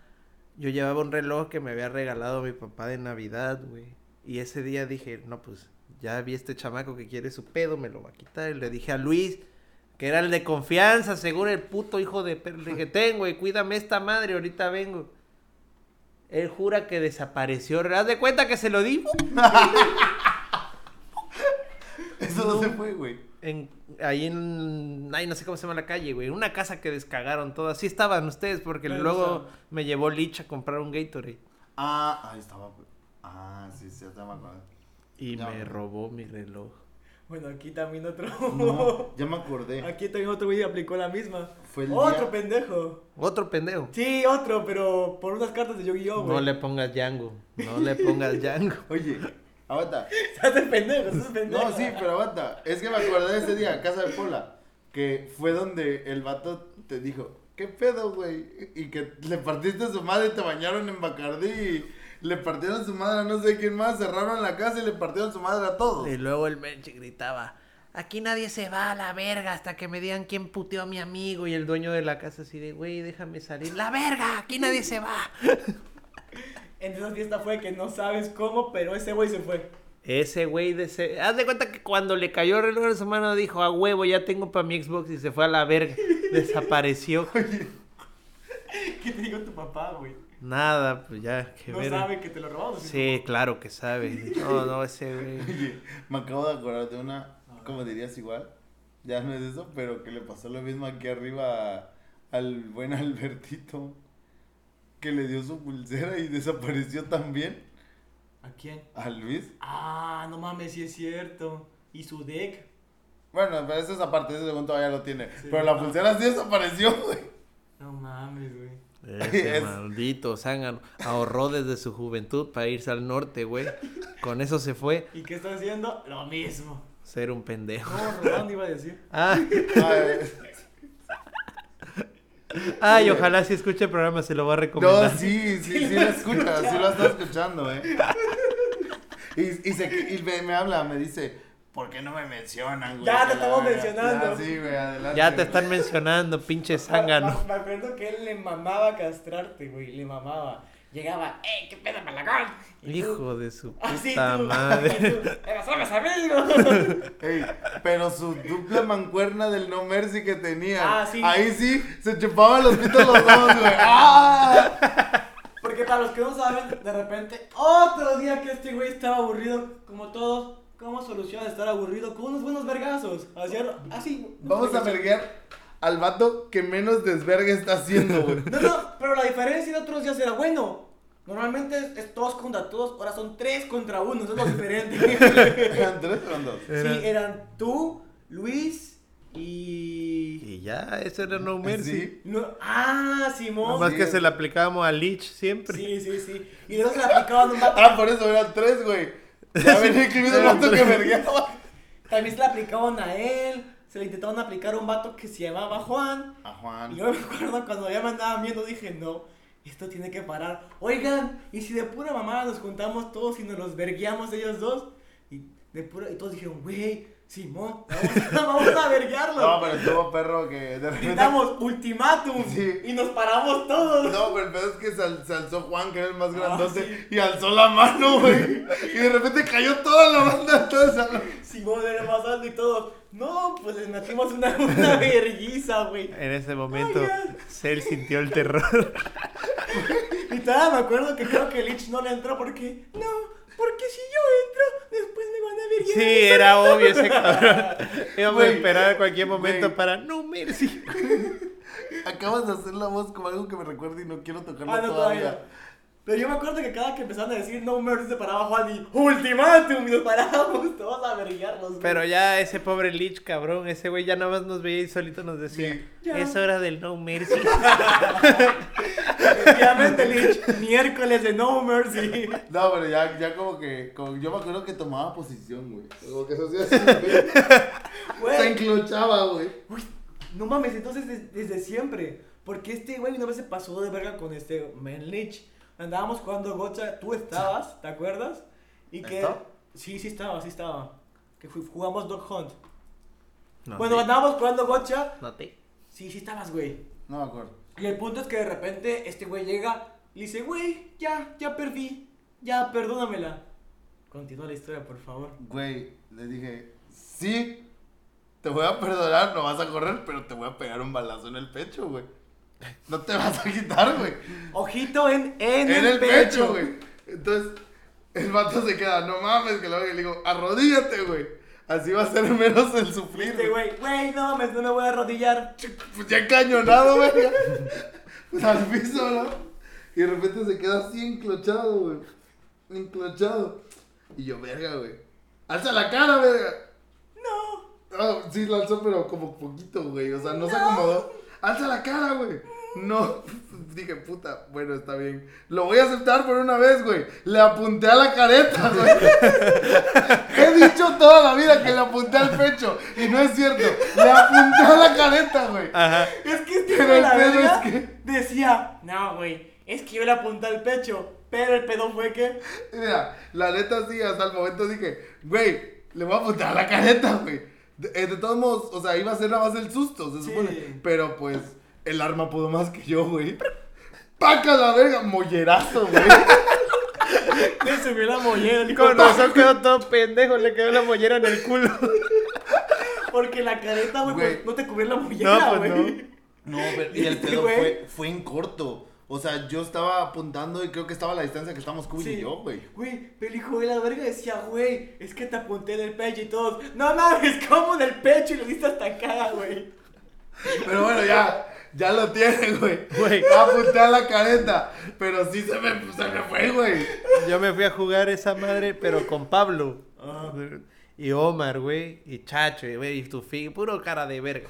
[SPEAKER 3] yo llevaba un reloj que me había regalado mi papá de Navidad, güey. Y ese día dije, no, pues ya vi este chamaco que quiere su pedo, me lo va a quitar. Y le dije a Luis, que era el de confianza, seguro el puto hijo de... per- Le dije, ten, güey, cuídame esta madre, ahorita vengo. Él jura que desapareció. Haz de cuenta que se lo di
[SPEAKER 2] Eso no se fue, güey.
[SPEAKER 3] en, ahí en, ay, no sé cómo se llama la calle, güey, una casa que descagaron todas, sí estaban ustedes, porque
[SPEAKER 1] Claro,
[SPEAKER 3] luego
[SPEAKER 1] estaban.
[SPEAKER 3] me llevó Lich a comprar un Gatorade
[SPEAKER 2] Ah, ahí estaba. güey. Ah, sí, sí, ya me acordé.
[SPEAKER 3] y
[SPEAKER 2] Ya.
[SPEAKER 3] me robó mi reloj.
[SPEAKER 1] Bueno, aquí también otro.
[SPEAKER 2] No, ya me acordé.
[SPEAKER 1] Aquí también otro güey aplicó la misma.
[SPEAKER 2] Fue el
[SPEAKER 1] otro
[SPEAKER 2] día-
[SPEAKER 1] pendejo.
[SPEAKER 3] Otro pendejo.
[SPEAKER 1] Sí, otro, pero por unas cartas de Yu-Gi-Oh, güey.
[SPEAKER 3] No le pongas Django, no le pongas Django.
[SPEAKER 2] Oye, aguanta.
[SPEAKER 1] Se hace pendejo, se hace pendejo.
[SPEAKER 2] No, sí, pero aguanta. Es que me acordé de ese día, casa de Pola, que fue donde el vato te dijo, ¿qué pedo, güey? Y que le partiste a su madre y te bañaron en Bacardí. y Le partieron su madre a no sé quién más, cerraron la casa y le partieron su madre a todos.
[SPEAKER 3] Y luego el Menche gritaba, aquí nadie se va a la verga hasta que me digan quién puteó a mi amigo y el dueño de la casa así de, güey, déjame salir, la verga, aquí nadie se va.
[SPEAKER 1] En esa fiesta fue que no sabes cómo, pero ese güey se fue.
[SPEAKER 3] Ese güey de ese... Haz de cuenta que cuando le cayó el reloj en su mano dijo, a huevo, ya tengo para mi Xbox y se fue a la verga. Desapareció.
[SPEAKER 1] ¿Qué te dijo tu papá, güey?
[SPEAKER 3] Nada, pues ya, que
[SPEAKER 1] No
[SPEAKER 3] ver.
[SPEAKER 1] sabe que te lo robamos.
[SPEAKER 3] Sí, claro que sabe. No, no, ese güey.
[SPEAKER 2] Oye, me acabo de acordar de una, como dirías igual, ya no es eso, pero que le pasó lo mismo aquí arriba a- al buen Albertito, que le dio su pulsera y desapareció también
[SPEAKER 1] ¿A quién?
[SPEAKER 2] a Luis.
[SPEAKER 1] Ah, no mames, sí es cierto. ¿Y su deck?
[SPEAKER 2] Bueno, pero eso es aparte, ese segundo todavía lo tiene.
[SPEAKER 1] Sí.
[SPEAKER 2] pero la pulsera sí desapareció, güey.
[SPEAKER 1] No mames, güey.
[SPEAKER 3] Ese
[SPEAKER 2] Es-
[SPEAKER 3] maldito zángano ahorró desde su juventud para irse al norte, güey. Con eso se fue
[SPEAKER 1] ¿Y qué está haciendo? Lo mismo.
[SPEAKER 3] ser un pendejo.
[SPEAKER 1] No, Rolando iba a decir.
[SPEAKER 3] Ah,
[SPEAKER 2] Ay,
[SPEAKER 3] ay, ojalá si escuche el programa se lo va a
[SPEAKER 2] no,
[SPEAKER 3] recomendar.
[SPEAKER 2] sí, sí, sí lo escucha, sí lo está escuchando, eh. Y, y, se- y me, me habla, me dice, ¿por qué no me mencionan, güey?
[SPEAKER 1] Ya te
[SPEAKER 2] Que la
[SPEAKER 1] estamos
[SPEAKER 2] verga".
[SPEAKER 1] mencionando.
[SPEAKER 2] Ya, sí, güey, adelante.
[SPEAKER 3] Ya te
[SPEAKER 2] güey.
[SPEAKER 3] están mencionando, pinche
[SPEAKER 1] Me-
[SPEAKER 3] zángano.
[SPEAKER 1] Me, me acuerdo que él le mamaba castrarte, güey. Le mamaba. Llegaba, ¡eh, qué pedo, malagón! Y tú,
[SPEAKER 3] Hijo de su
[SPEAKER 1] Así
[SPEAKER 3] puta
[SPEAKER 1] tú.
[SPEAKER 3] madre.
[SPEAKER 1] ¡Eras a mis amigos!
[SPEAKER 2] Ey, pero su dupla mancuerna del No Mercy que tenía.
[SPEAKER 1] Ah, sí.
[SPEAKER 2] Ahí sí, se chupaban los pitos los dos, güey. ¡Ah!
[SPEAKER 1] Porque para los que no saben, de repente, otro día que este güey estaba aburrido, como todos, ¿cómo soluciona estar aburrido? Con unos buenos vergazos. Así, así.
[SPEAKER 2] Vamos a verguear al vato que menos desvergue está haciendo, güey.
[SPEAKER 1] No, no, pero la diferencia de otros días era bueno. Normalmente es, es todos contra todos, ahora son tres contra uno, eso es lo diferente.
[SPEAKER 2] Eran tres o eran dos.
[SPEAKER 3] Era-
[SPEAKER 1] Sí, eran tú, Luis y.
[SPEAKER 3] Y ya, eso era No Mercy.
[SPEAKER 2] Sí.
[SPEAKER 1] No, ah,
[SPEAKER 3] Nomás
[SPEAKER 1] Simón.
[SPEAKER 2] Sí.
[SPEAKER 3] que se le aplicábamos a Lich siempre.
[SPEAKER 1] Sí, sí, sí. Y luego se le aplicaban un vato.
[SPEAKER 2] Ah, por eso eran tres, güey. Ya venía incluido el vato que vergueaba.
[SPEAKER 1] También se le aplicaban a él. Se le intentaban aplicar a un vato que se llamaba Juan.
[SPEAKER 2] A
[SPEAKER 1] Y
[SPEAKER 2] Juan.
[SPEAKER 1] yo me acuerdo cuando ya me andaban viendo, dije, no, esto tiene que parar. Oigan, ¿y si de pura mamada nos juntamos todos y nos los vergueamos ellos dos? Y, de pura, y todos dijeron, güey, Simón, vamos a, vamos a verguearlo.
[SPEAKER 2] No, pero estuvo perro que de repente.
[SPEAKER 1] Gritamos ultimátum
[SPEAKER 2] Sí.
[SPEAKER 1] y nos paramos todos.
[SPEAKER 2] No, pero el pedo es que se al- se alzó Juan, que era el más grandote,
[SPEAKER 1] Ah, sí.
[SPEAKER 2] y alzó la mano, güey. Y de repente cayó toda la banda, toda esa.
[SPEAKER 1] Simón era más alto y todos. No, pues les metimos una, una verguiza, güey.
[SPEAKER 3] En ese momento,
[SPEAKER 1] Ay, ya.
[SPEAKER 3] Cell sintió el terror.
[SPEAKER 1] Y todavía me acuerdo que creo que Lich no le entró porque, no, porque si yo entro, después me van a ver. Ah,
[SPEAKER 3] Sí, era obvio ese cabrón. Íbamos a
[SPEAKER 2] Güey,
[SPEAKER 3] esperar a cualquier momento
[SPEAKER 2] güey.
[SPEAKER 3] para No Mercy.
[SPEAKER 2] Acabas de hacer la voz como algo que me recuerda y no quiero tocarlo
[SPEAKER 1] Ah, no,
[SPEAKER 2] todavía.
[SPEAKER 1] todavía. Pero yo me acuerdo que cada que empezaban a decir no mercy se paraba Juan y ultimátum y nos parábamos todos a verguiarnos.
[SPEAKER 3] Pero ya ese pobre Lich, cabrón, ese güey ya nada más nos veía y solito nos decía,
[SPEAKER 2] Sí.
[SPEAKER 1] Ya.
[SPEAKER 3] es hora del no mercy.
[SPEAKER 1] Efectivamente, Lich, miércoles de no mercy.
[SPEAKER 2] No, pero ya, ya como que. como- yo me acuerdo que tomaba posición, güey. Como que se hacía así, güey. Se
[SPEAKER 1] Güey,
[SPEAKER 2] enclochaba, güey.
[SPEAKER 1] no mames, entonces des- desde siempre. Porque este güey una vez se pasó de verga con este Man Lich. Andábamos jugando gocha, tú estabas, ¿te acuerdas? Y que.
[SPEAKER 2] ¿Estaba?
[SPEAKER 1] Sí, sí estaba, sí estaba. Que fu- jugamos Dog Hunt.
[SPEAKER 3] No
[SPEAKER 1] Cuando
[SPEAKER 3] te-
[SPEAKER 1] andábamos jugando gocha,
[SPEAKER 3] no te-
[SPEAKER 1] sí, sí estabas, güey.
[SPEAKER 2] No me acuerdo.
[SPEAKER 1] Y el punto es que de repente este güey llega y dice, güey, ya, ya perdí, ya, perdónamela. Continúa la historia, por favor.
[SPEAKER 2] Güey, le dije, sí, te voy a perdonar, no vas a correr, pero te voy a pegar un balazo en el pecho, güey. No te vas a quitar, güey.
[SPEAKER 1] Ojito en, en,
[SPEAKER 2] En, el pecho, güey. Entonces, el vato se queda, no mames, que lo haga. Y le digo, arrodíllate, güey. Así va a ser menos el sufrir.
[SPEAKER 1] Este
[SPEAKER 2] güey.
[SPEAKER 1] güey, güey, no mames, no me voy a arrodillar.
[SPEAKER 2] Pues ya cañonado, güey. Pues al piso, ¿no? Y de repente se queda así enclochado, güey. Enclochado. Y yo, verga, güey. Alza la cara, verga.
[SPEAKER 1] No,
[SPEAKER 2] Ah, sí, la alzó, pero como poquito, güey. O sea, no, se acomodó. Alza la cara, güey. No, dije, puta, bueno, está bien. Lo voy a aceptar por una vez, güey. Le apunté a la careta, güey. He dicho toda la vida que le apunté al pecho. Y no es cierto. Le apunté a la careta, güey.
[SPEAKER 3] Ajá.
[SPEAKER 1] es que este
[SPEAKER 2] Pero
[SPEAKER 1] güey,
[SPEAKER 2] el
[SPEAKER 1] la
[SPEAKER 2] pedo
[SPEAKER 1] verga,
[SPEAKER 2] es que-
[SPEAKER 1] decía, no, güey, es que yo le apunté al pecho, pero el pedo fue que...
[SPEAKER 2] Mira, la neta sí, hasta el momento dije, güey, le voy a apuntar a la careta, güey. De, eh, de todos modos, o sea, iba a ser nada más el susto, se
[SPEAKER 1] Sí.
[SPEAKER 2] supone. Pero pues, el arma pudo más que yo, güey. ¡Paca la verga! ¡Mollerazo, güey!
[SPEAKER 1] Le subió la mollera, dijo,
[SPEAKER 3] Con razón quedó todo pendejo, le quedó la mollera en el culo.
[SPEAKER 1] porque la careta, güey,
[SPEAKER 2] Güey.
[SPEAKER 1] pues, no te cubría la mollera,
[SPEAKER 3] No,
[SPEAKER 1] güey.
[SPEAKER 3] pues,
[SPEAKER 2] No, pero y el
[SPEAKER 1] Este
[SPEAKER 2] pedo
[SPEAKER 1] güey.
[SPEAKER 2] fue, fue en corto. O sea, yo estaba apuntando y creo que estaba a la distancia que estamos Cuy y
[SPEAKER 1] Sí.
[SPEAKER 2] yo, güey.
[SPEAKER 1] Güey, pero el hijo de la verga decía, güey, es que te apunté en el pecho y todos, no mames, como en el pecho y le diste hasta acá, güey.
[SPEAKER 2] Pero bueno, ya, ya lo tiene, güey.
[SPEAKER 3] Güey.
[SPEAKER 2] Apunté a la careta, pero sí se me, se me fue, güey.
[SPEAKER 3] Yo me fui a jugar esa madre, pero con Pablo. Y Omar, güey. Y Chacho, y güey. Y Tufi, puro cara de verga.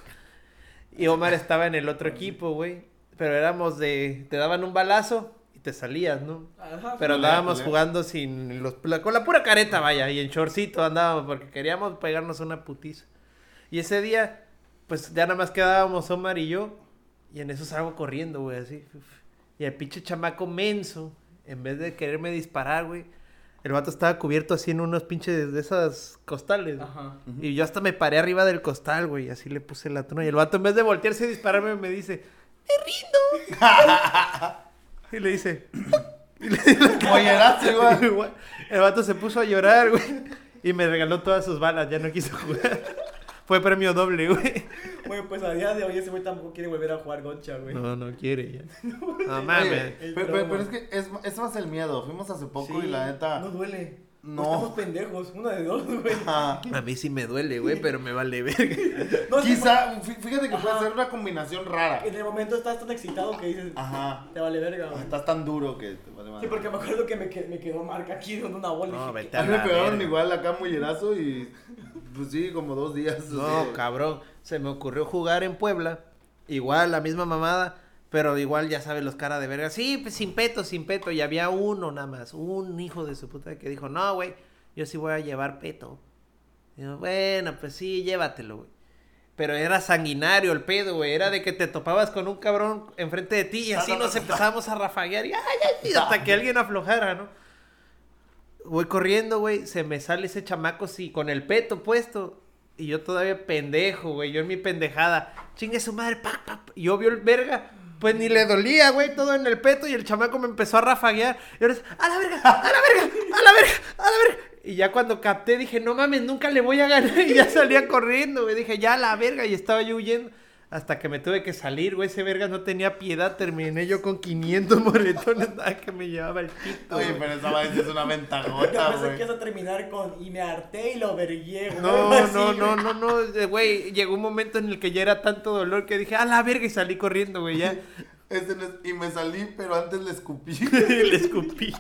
[SPEAKER 3] Y Omar estaba en el otro equipo, güey. Pero éramos de. Te daban un balazo y te salías, ¿no?
[SPEAKER 1] Ajá.
[SPEAKER 3] Pero
[SPEAKER 2] Culea,
[SPEAKER 3] andábamos
[SPEAKER 2] culea.
[SPEAKER 3] jugando sin los, la- con la pura careta, vaya, y en shortcito andábamos porque queríamos pegarnos una putiza. Y ese día, pues ya nada más quedábamos Omar y yo, y en eso salgo corriendo, güey, así. Y el pinche chamaco menso, en vez de quererme disparar, güey, el vato estaba cubierto así en unos pinches de esas costales. güey.
[SPEAKER 1] Ajá.
[SPEAKER 3] Y yo hasta me paré arriba del costal, güey, y así le puse la tuna. Y el vato en vez de voltearse y dispararme me dice, te rindo. y le dice,
[SPEAKER 2] Mollerazo, güey.
[SPEAKER 3] Igual. El vato se puso a llorar, güey. Y me regaló todas sus balas, ya no quiso jugar. Fue premio doble, güey.
[SPEAKER 1] Güey, pues a día de hoy ese güey tampoco quiere volver a jugar goncha, güey.
[SPEAKER 3] No, no quiere ya. No
[SPEAKER 2] Oye,
[SPEAKER 3] mames.
[SPEAKER 1] El
[SPEAKER 2] pero,
[SPEAKER 1] trauma.
[SPEAKER 2] pero- pero es que es, es más el miedo. Fuimos hace poco y la neta.
[SPEAKER 1] No duele.
[SPEAKER 2] No.
[SPEAKER 1] Estamos pendejos, una de dos, güey.
[SPEAKER 2] Ajá.
[SPEAKER 3] A mí sí me duele, güey, pero me vale verga.
[SPEAKER 1] No, sí,
[SPEAKER 2] Quizá, fí- fíjate que puede
[SPEAKER 1] Ajá.
[SPEAKER 2] ser una combinación rara.
[SPEAKER 1] En el momento estás tan excitado que dices,
[SPEAKER 2] Ajá.
[SPEAKER 1] te vale verga,
[SPEAKER 2] O sea,
[SPEAKER 1] güey.
[SPEAKER 2] Estás tan duro que te vale madre.
[SPEAKER 1] Sí, porque me acuerdo que me, que- me quedó marca aquí donde una bola. y
[SPEAKER 3] No,
[SPEAKER 1] dije,
[SPEAKER 3] vete
[SPEAKER 2] A mí me
[SPEAKER 3] A la
[SPEAKER 2] pegaron
[SPEAKER 3] verga.
[SPEAKER 2] igual acá mollerazo y. Pues sí, como dos días. o
[SPEAKER 3] No,
[SPEAKER 2] sea.
[SPEAKER 3] cabrón. Se me ocurrió jugar en Puebla. Igual, la misma mamada. Pero igual, ya sabes, los caras de verga. Sí, pues sin peto, sin peto. Y había uno nada más. Un hijo de su puta que dijo, no, güey, yo sí voy a llevar peto. Y yo, bueno, pues sí, llévatelo, güey. Pero era sanguinario el pedo, güey. Era de que te topabas con un cabrón enfrente de ti y así nos empezábamos a rafaguear. Y, ay, ay, y hasta que alguien aflojara, ¿no? Voy corriendo, güey. Se me sale ese chamaco, sí, con el peto puesto. Y yo todavía pendejo, güey. Yo en mi pendejada. Chingue su madre, pa, pa, pa. Y yo vio el verga. Pues ni le dolía, güey, todo en el peto. Y el chamaco me empezó a rafaguear. Y ahora es, a la verga, a la verga, a la verga, a la verga. Y ya cuando capté, dije, no mames, nunca le voy a ganar. Y ya salía corriendo, güey. Dije, ya a la verga. Y estaba yo huyendo. Hasta que me tuve que salir, güey. Ese verga no tenía piedad. Terminé yo con 500 moretones. Nada que me llevaba el pito.
[SPEAKER 2] Oye,
[SPEAKER 3] güey.
[SPEAKER 2] pero esa madre sí es una ventajota,
[SPEAKER 1] Yo pensé
[SPEAKER 2] güey.
[SPEAKER 1] que ibas a terminar con y me harté y lo vergué, güey. Algo
[SPEAKER 3] No, no,
[SPEAKER 1] así,
[SPEAKER 3] no,
[SPEAKER 1] güey.
[SPEAKER 3] no, no, eh, güey, llegó un momento en el que ya era tanto dolor que dije, a la verga, y salí corriendo, güey, ya,
[SPEAKER 2] Ese no es- Y me salí, pero antes le escupí.
[SPEAKER 3] le escupí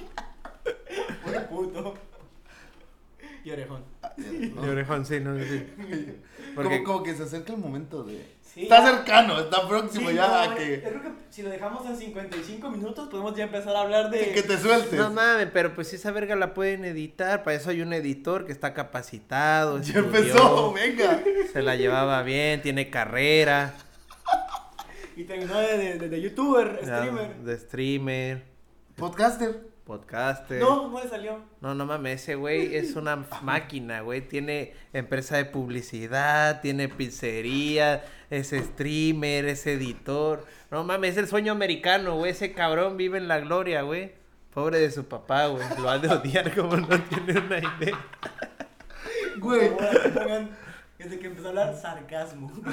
[SPEAKER 1] Puro puto. Y orejón.
[SPEAKER 3] de orejón, sí, no, sí. Porque-
[SPEAKER 2] Como, como que se acerca el momento de...
[SPEAKER 1] Sí,
[SPEAKER 2] está
[SPEAKER 1] ya.
[SPEAKER 2] cercano, está próximo
[SPEAKER 1] Sí,
[SPEAKER 2] ya
[SPEAKER 1] no,
[SPEAKER 2] a
[SPEAKER 1] güey,
[SPEAKER 2] que,
[SPEAKER 1] yo creo que si lo dejamos en 55 minutos podemos ya empezar a hablar de...
[SPEAKER 2] que te sueltes.
[SPEAKER 3] No mames, pero pues esa verga la pueden editar, para eso hay un editor que está capacitado,
[SPEAKER 2] ya
[SPEAKER 3] estudió,
[SPEAKER 2] empezó, venga.
[SPEAKER 3] se la llevaba bien, tiene carrera,
[SPEAKER 1] Y terminó de, de, de- de youtuber,
[SPEAKER 3] ya,
[SPEAKER 1] streamer.
[SPEAKER 3] de streamer,
[SPEAKER 2] Podcaster.
[SPEAKER 3] podcaster.
[SPEAKER 1] No, no le salió.
[SPEAKER 3] No, no mames, ese güey es una máquina, güey. Tiene empresa de publicidad, tiene pizzería, es streamer, es editor. No mames, es el sueño americano, güey. Ese cabrón vive en la gloria, güey. Pobre de su papá, güey. Lo ha de odiar como no tiene una idea.
[SPEAKER 2] Güey.
[SPEAKER 1] Por favor, pongan- Desde que empezó a hablar, sarcasmo.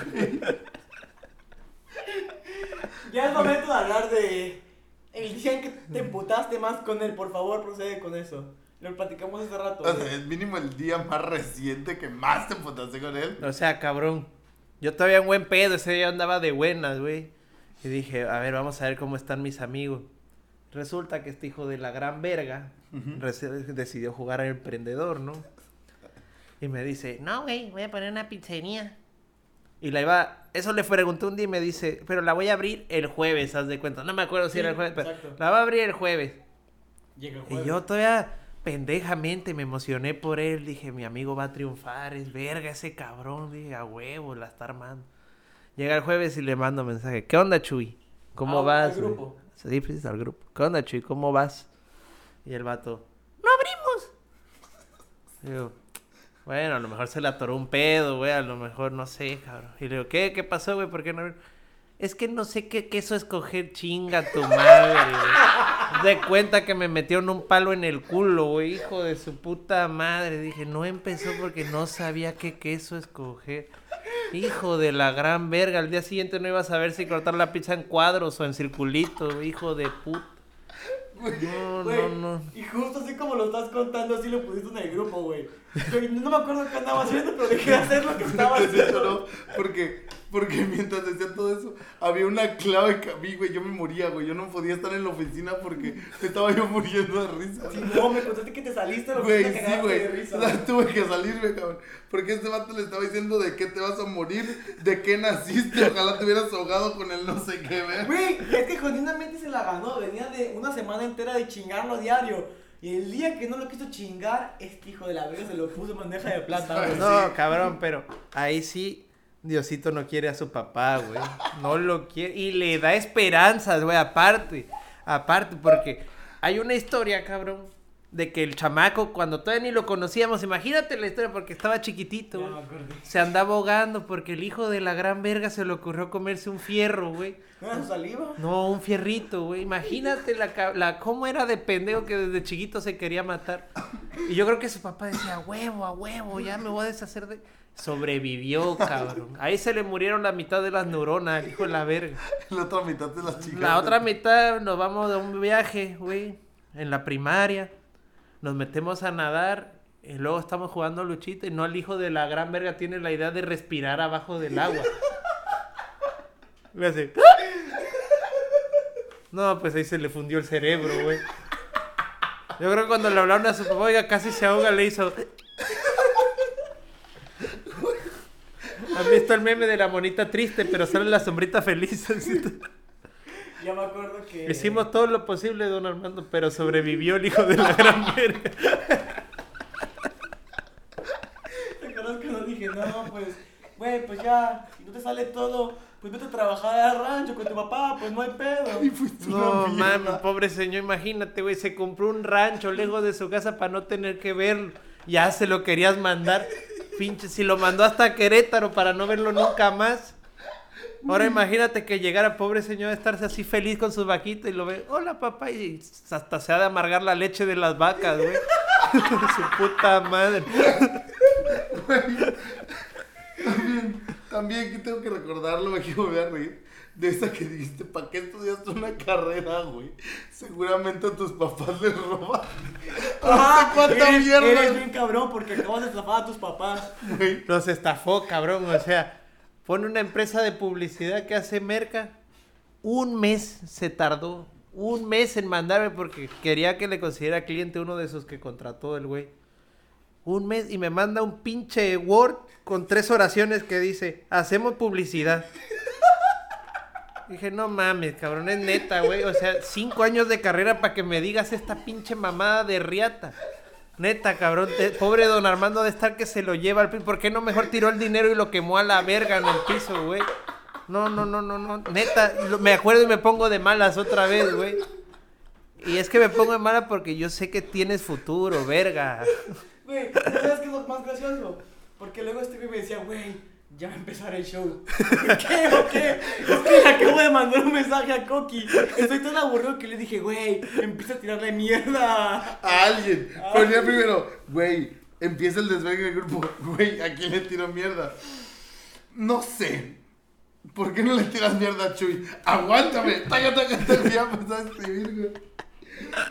[SPEAKER 1] ya es momento de hablar de. El día en que te emputaste más con él, por favor, procede con eso. Lo platicamos hace rato.
[SPEAKER 2] O sea, es mínimo el día más reciente que más te emputaste con él.
[SPEAKER 3] O sea, cabrón. Yo todavía en buen pedo, ese día andaba de buenas, güey. Y dije, a ver, vamos a ver cómo están mis amigos. Resulta que este hijo de la gran verga reci- decidió jugar al emprendedor, ¿no? Y me dice, no, güey, voy a poner una pizzería. Y la iba, eso le pregunté un día y me dice, pero la voy a abrir el jueves, haz de cuenta. No me acuerdo si
[SPEAKER 1] Sí,
[SPEAKER 3] era el jueves, pero
[SPEAKER 1] exacto.
[SPEAKER 3] la va a abrir el jueves.
[SPEAKER 1] Llega el
[SPEAKER 3] Y
[SPEAKER 1] jueves.
[SPEAKER 3] yo todavía pendejamente me emocioné por él. Dije, mi amigo va a triunfar, es verga ese cabrón. Dije, a huevo, la está armando. Llega el jueves y le mando mensaje. ¿Qué onda, Chuy? ¿Cómo
[SPEAKER 1] Ah,
[SPEAKER 3] vas?
[SPEAKER 1] al
[SPEAKER 3] güey?"
[SPEAKER 1] grupo.
[SPEAKER 3] Sí, pues, al grupo. ¿Qué onda, Chuy? ¿Cómo vas? Y el vato, ¡no abrimos! Digo, bueno, a lo mejor se le atoró un pedo, güey. A lo mejor, no sé, cabrón. Y le digo, ¿qué? ¿Qué pasó, güey? ¿Por qué no abrimos? Es que no sé qué queso escoger, chinga tu madre, güey. Haz De cuenta que me metieron un palo en el culo, güey, hijo de su puta madre. Dije, no empezó porque no sabía qué queso escoger. Hijo de la gran verga, al día siguiente no iba a saber si cortar la pizza en cuadros o en circulitos, güey, hijo de puta. No,
[SPEAKER 1] Güey,
[SPEAKER 3] no, no.
[SPEAKER 1] Y justo así como lo estás contando, así lo pusiste en el grupo, güey. Yo no me acuerdo qué andaba haciendo, pero dejé de hacer lo que estaba
[SPEAKER 2] Entonces, eso
[SPEAKER 1] haciendo.
[SPEAKER 2] no, porque, porque mientras decía todo eso, había una clave que a mí, güey, yo me moría, güey. Yo no podía estar en la oficina porque me estaba yo muriendo de risa.
[SPEAKER 1] Si no, me contaste que te saliste, lo
[SPEAKER 2] Güey,
[SPEAKER 1] que te
[SPEAKER 2] sí,
[SPEAKER 1] cagaste de
[SPEAKER 2] güey.
[SPEAKER 1] risa.
[SPEAKER 2] O sea, tuve que salirme, cabrón. Porque este vato le estaba diciendo de qué te vas a morir, de qué naciste. Ojalá te hubieras ahogado con el no sé qué, güey.
[SPEAKER 1] Güey, es que jodidamente se la ganó. Venía de una semana entera de chingarlo diario. Y el día que no lo quiso chingar, este hijo de la verga se lo puso en bandeja de plata, güey.
[SPEAKER 3] No, cabrón, pero ahí sí Diosito no quiere a su papá, güey. No lo quiere. Y le da esperanzas, güey, aparte. Aparte, porque hay una historia, cabrón, de que el chamaco, cuando todavía ni lo conocíamos, imagínate la historia, porque estaba chiquitito,
[SPEAKER 1] Ya
[SPEAKER 3] güey,
[SPEAKER 1] me acordé.
[SPEAKER 3] se andaba ahogando porque el hijo de la gran verga se le ocurrió comerse un fierro, güey.
[SPEAKER 1] ¿No era su saliva?
[SPEAKER 3] No, un fierrito, güey. Imagínate la, ca- la, cómo era de pendejo que desde chiquito se quería matar. Y yo creo que su papá Pues decía, a huevo, a huevo, ya me voy a deshacer de... Sobrevivió, cabrón. Ahí se le murieron la mitad de las neuronas, al hijo de la verga.
[SPEAKER 2] La otra mitad de las chicas.
[SPEAKER 3] La otra mitad nos vamos de un viaje, güey, en la primaria. Nos metemos a nadar y luego estamos jugando luchita y no el hijo de la gran verga tiene la idea de respirar abajo del agua. Le hace... No, pues ahí se le fundió el cerebro, güey. Yo creo que cuando le hablaron a su papá, oiga, casi se ahoga, le hizo... ¿Has visto el meme de la monita triste, pero sale la sombrita feliz? así?
[SPEAKER 1] Ya me acuerdo que.
[SPEAKER 3] Hicimos todo lo posible, don Armando, pero sobrevivió el hijo de la gran verga.
[SPEAKER 1] ¿Te acuerdas que nos dije, no, pues, güey, pues ya, si no te sale todo, pues vete a trabajar al rancho con tu papá, pues no hay pedo.
[SPEAKER 2] Y fuiste
[SPEAKER 3] No,
[SPEAKER 2] una
[SPEAKER 3] mami,
[SPEAKER 2] mierda.
[SPEAKER 3] pobre señor, imagínate, güey, se compró un rancho lejos de su casa para no tener que verlo. Ya se lo querías mandar, pinche, si lo mandó hasta Querétaro para no verlo nunca más. Ahora imagínate que llegara pobre señor a estarse así feliz con sus vaquitas y lo ve, hola papá, y hasta se ha de amargar la leche de las vacas, güey. su puta madre.
[SPEAKER 2] También, también que tengo que recordarlo, aquí me voy a reír. De esa que dijiste, ¿para qué estudiaste una carrera, güey? Seguramente a tus papás les roban.
[SPEAKER 1] Ah,
[SPEAKER 2] cuánta
[SPEAKER 1] eres,
[SPEAKER 2] mierda.
[SPEAKER 1] eres bien cabrón porque acabas de estafar a tus papás.
[SPEAKER 2] Güey,
[SPEAKER 3] Los estafó, cabrón. O sea, pone una empresa de publicidad que hace merca. Un mes se tardó. Un mes en mandarme porque quería que le considera cliente uno de esos que contrató el güey. Un mes y me manda un pinche Word con tres oraciones que dice, hacemos publicidad. Dije, no mames, cabrón, es neta, güey. O sea, cinco años de carrera para que me digas esta pinche mamada de riata. Neta, cabrón. te- pobre don Armando de estar que se lo lleva al piso. ¿Por qué no mejor tiró el dinero y lo quemó a la verga en el piso, güey? No, no, no, no, no. Neta, lo- me acuerdo y me pongo de malas otra vez, güey. Y es que me pongo de malas porque yo sé que tienes futuro, verga.
[SPEAKER 1] Güey, ¿sabes qué es lo más gracioso? Porque luego este güey me decía, güey, ya va a empezar el show. ¿Qué o qué? Es que le acabo de mandar un mensaje a Coqui. Estoy tan aburrido que le dije, güey, empieza a tirarle mierda.
[SPEAKER 2] A alguien. Ponía primero, güey, empieza el desvergue del grupo. Güey, ¿a quién le tiro mierda? No sé. ¿Por qué no le tiras mierda a Chuy? Aguántame. Taca, taca, taca. Ya empezó a escribir, güey.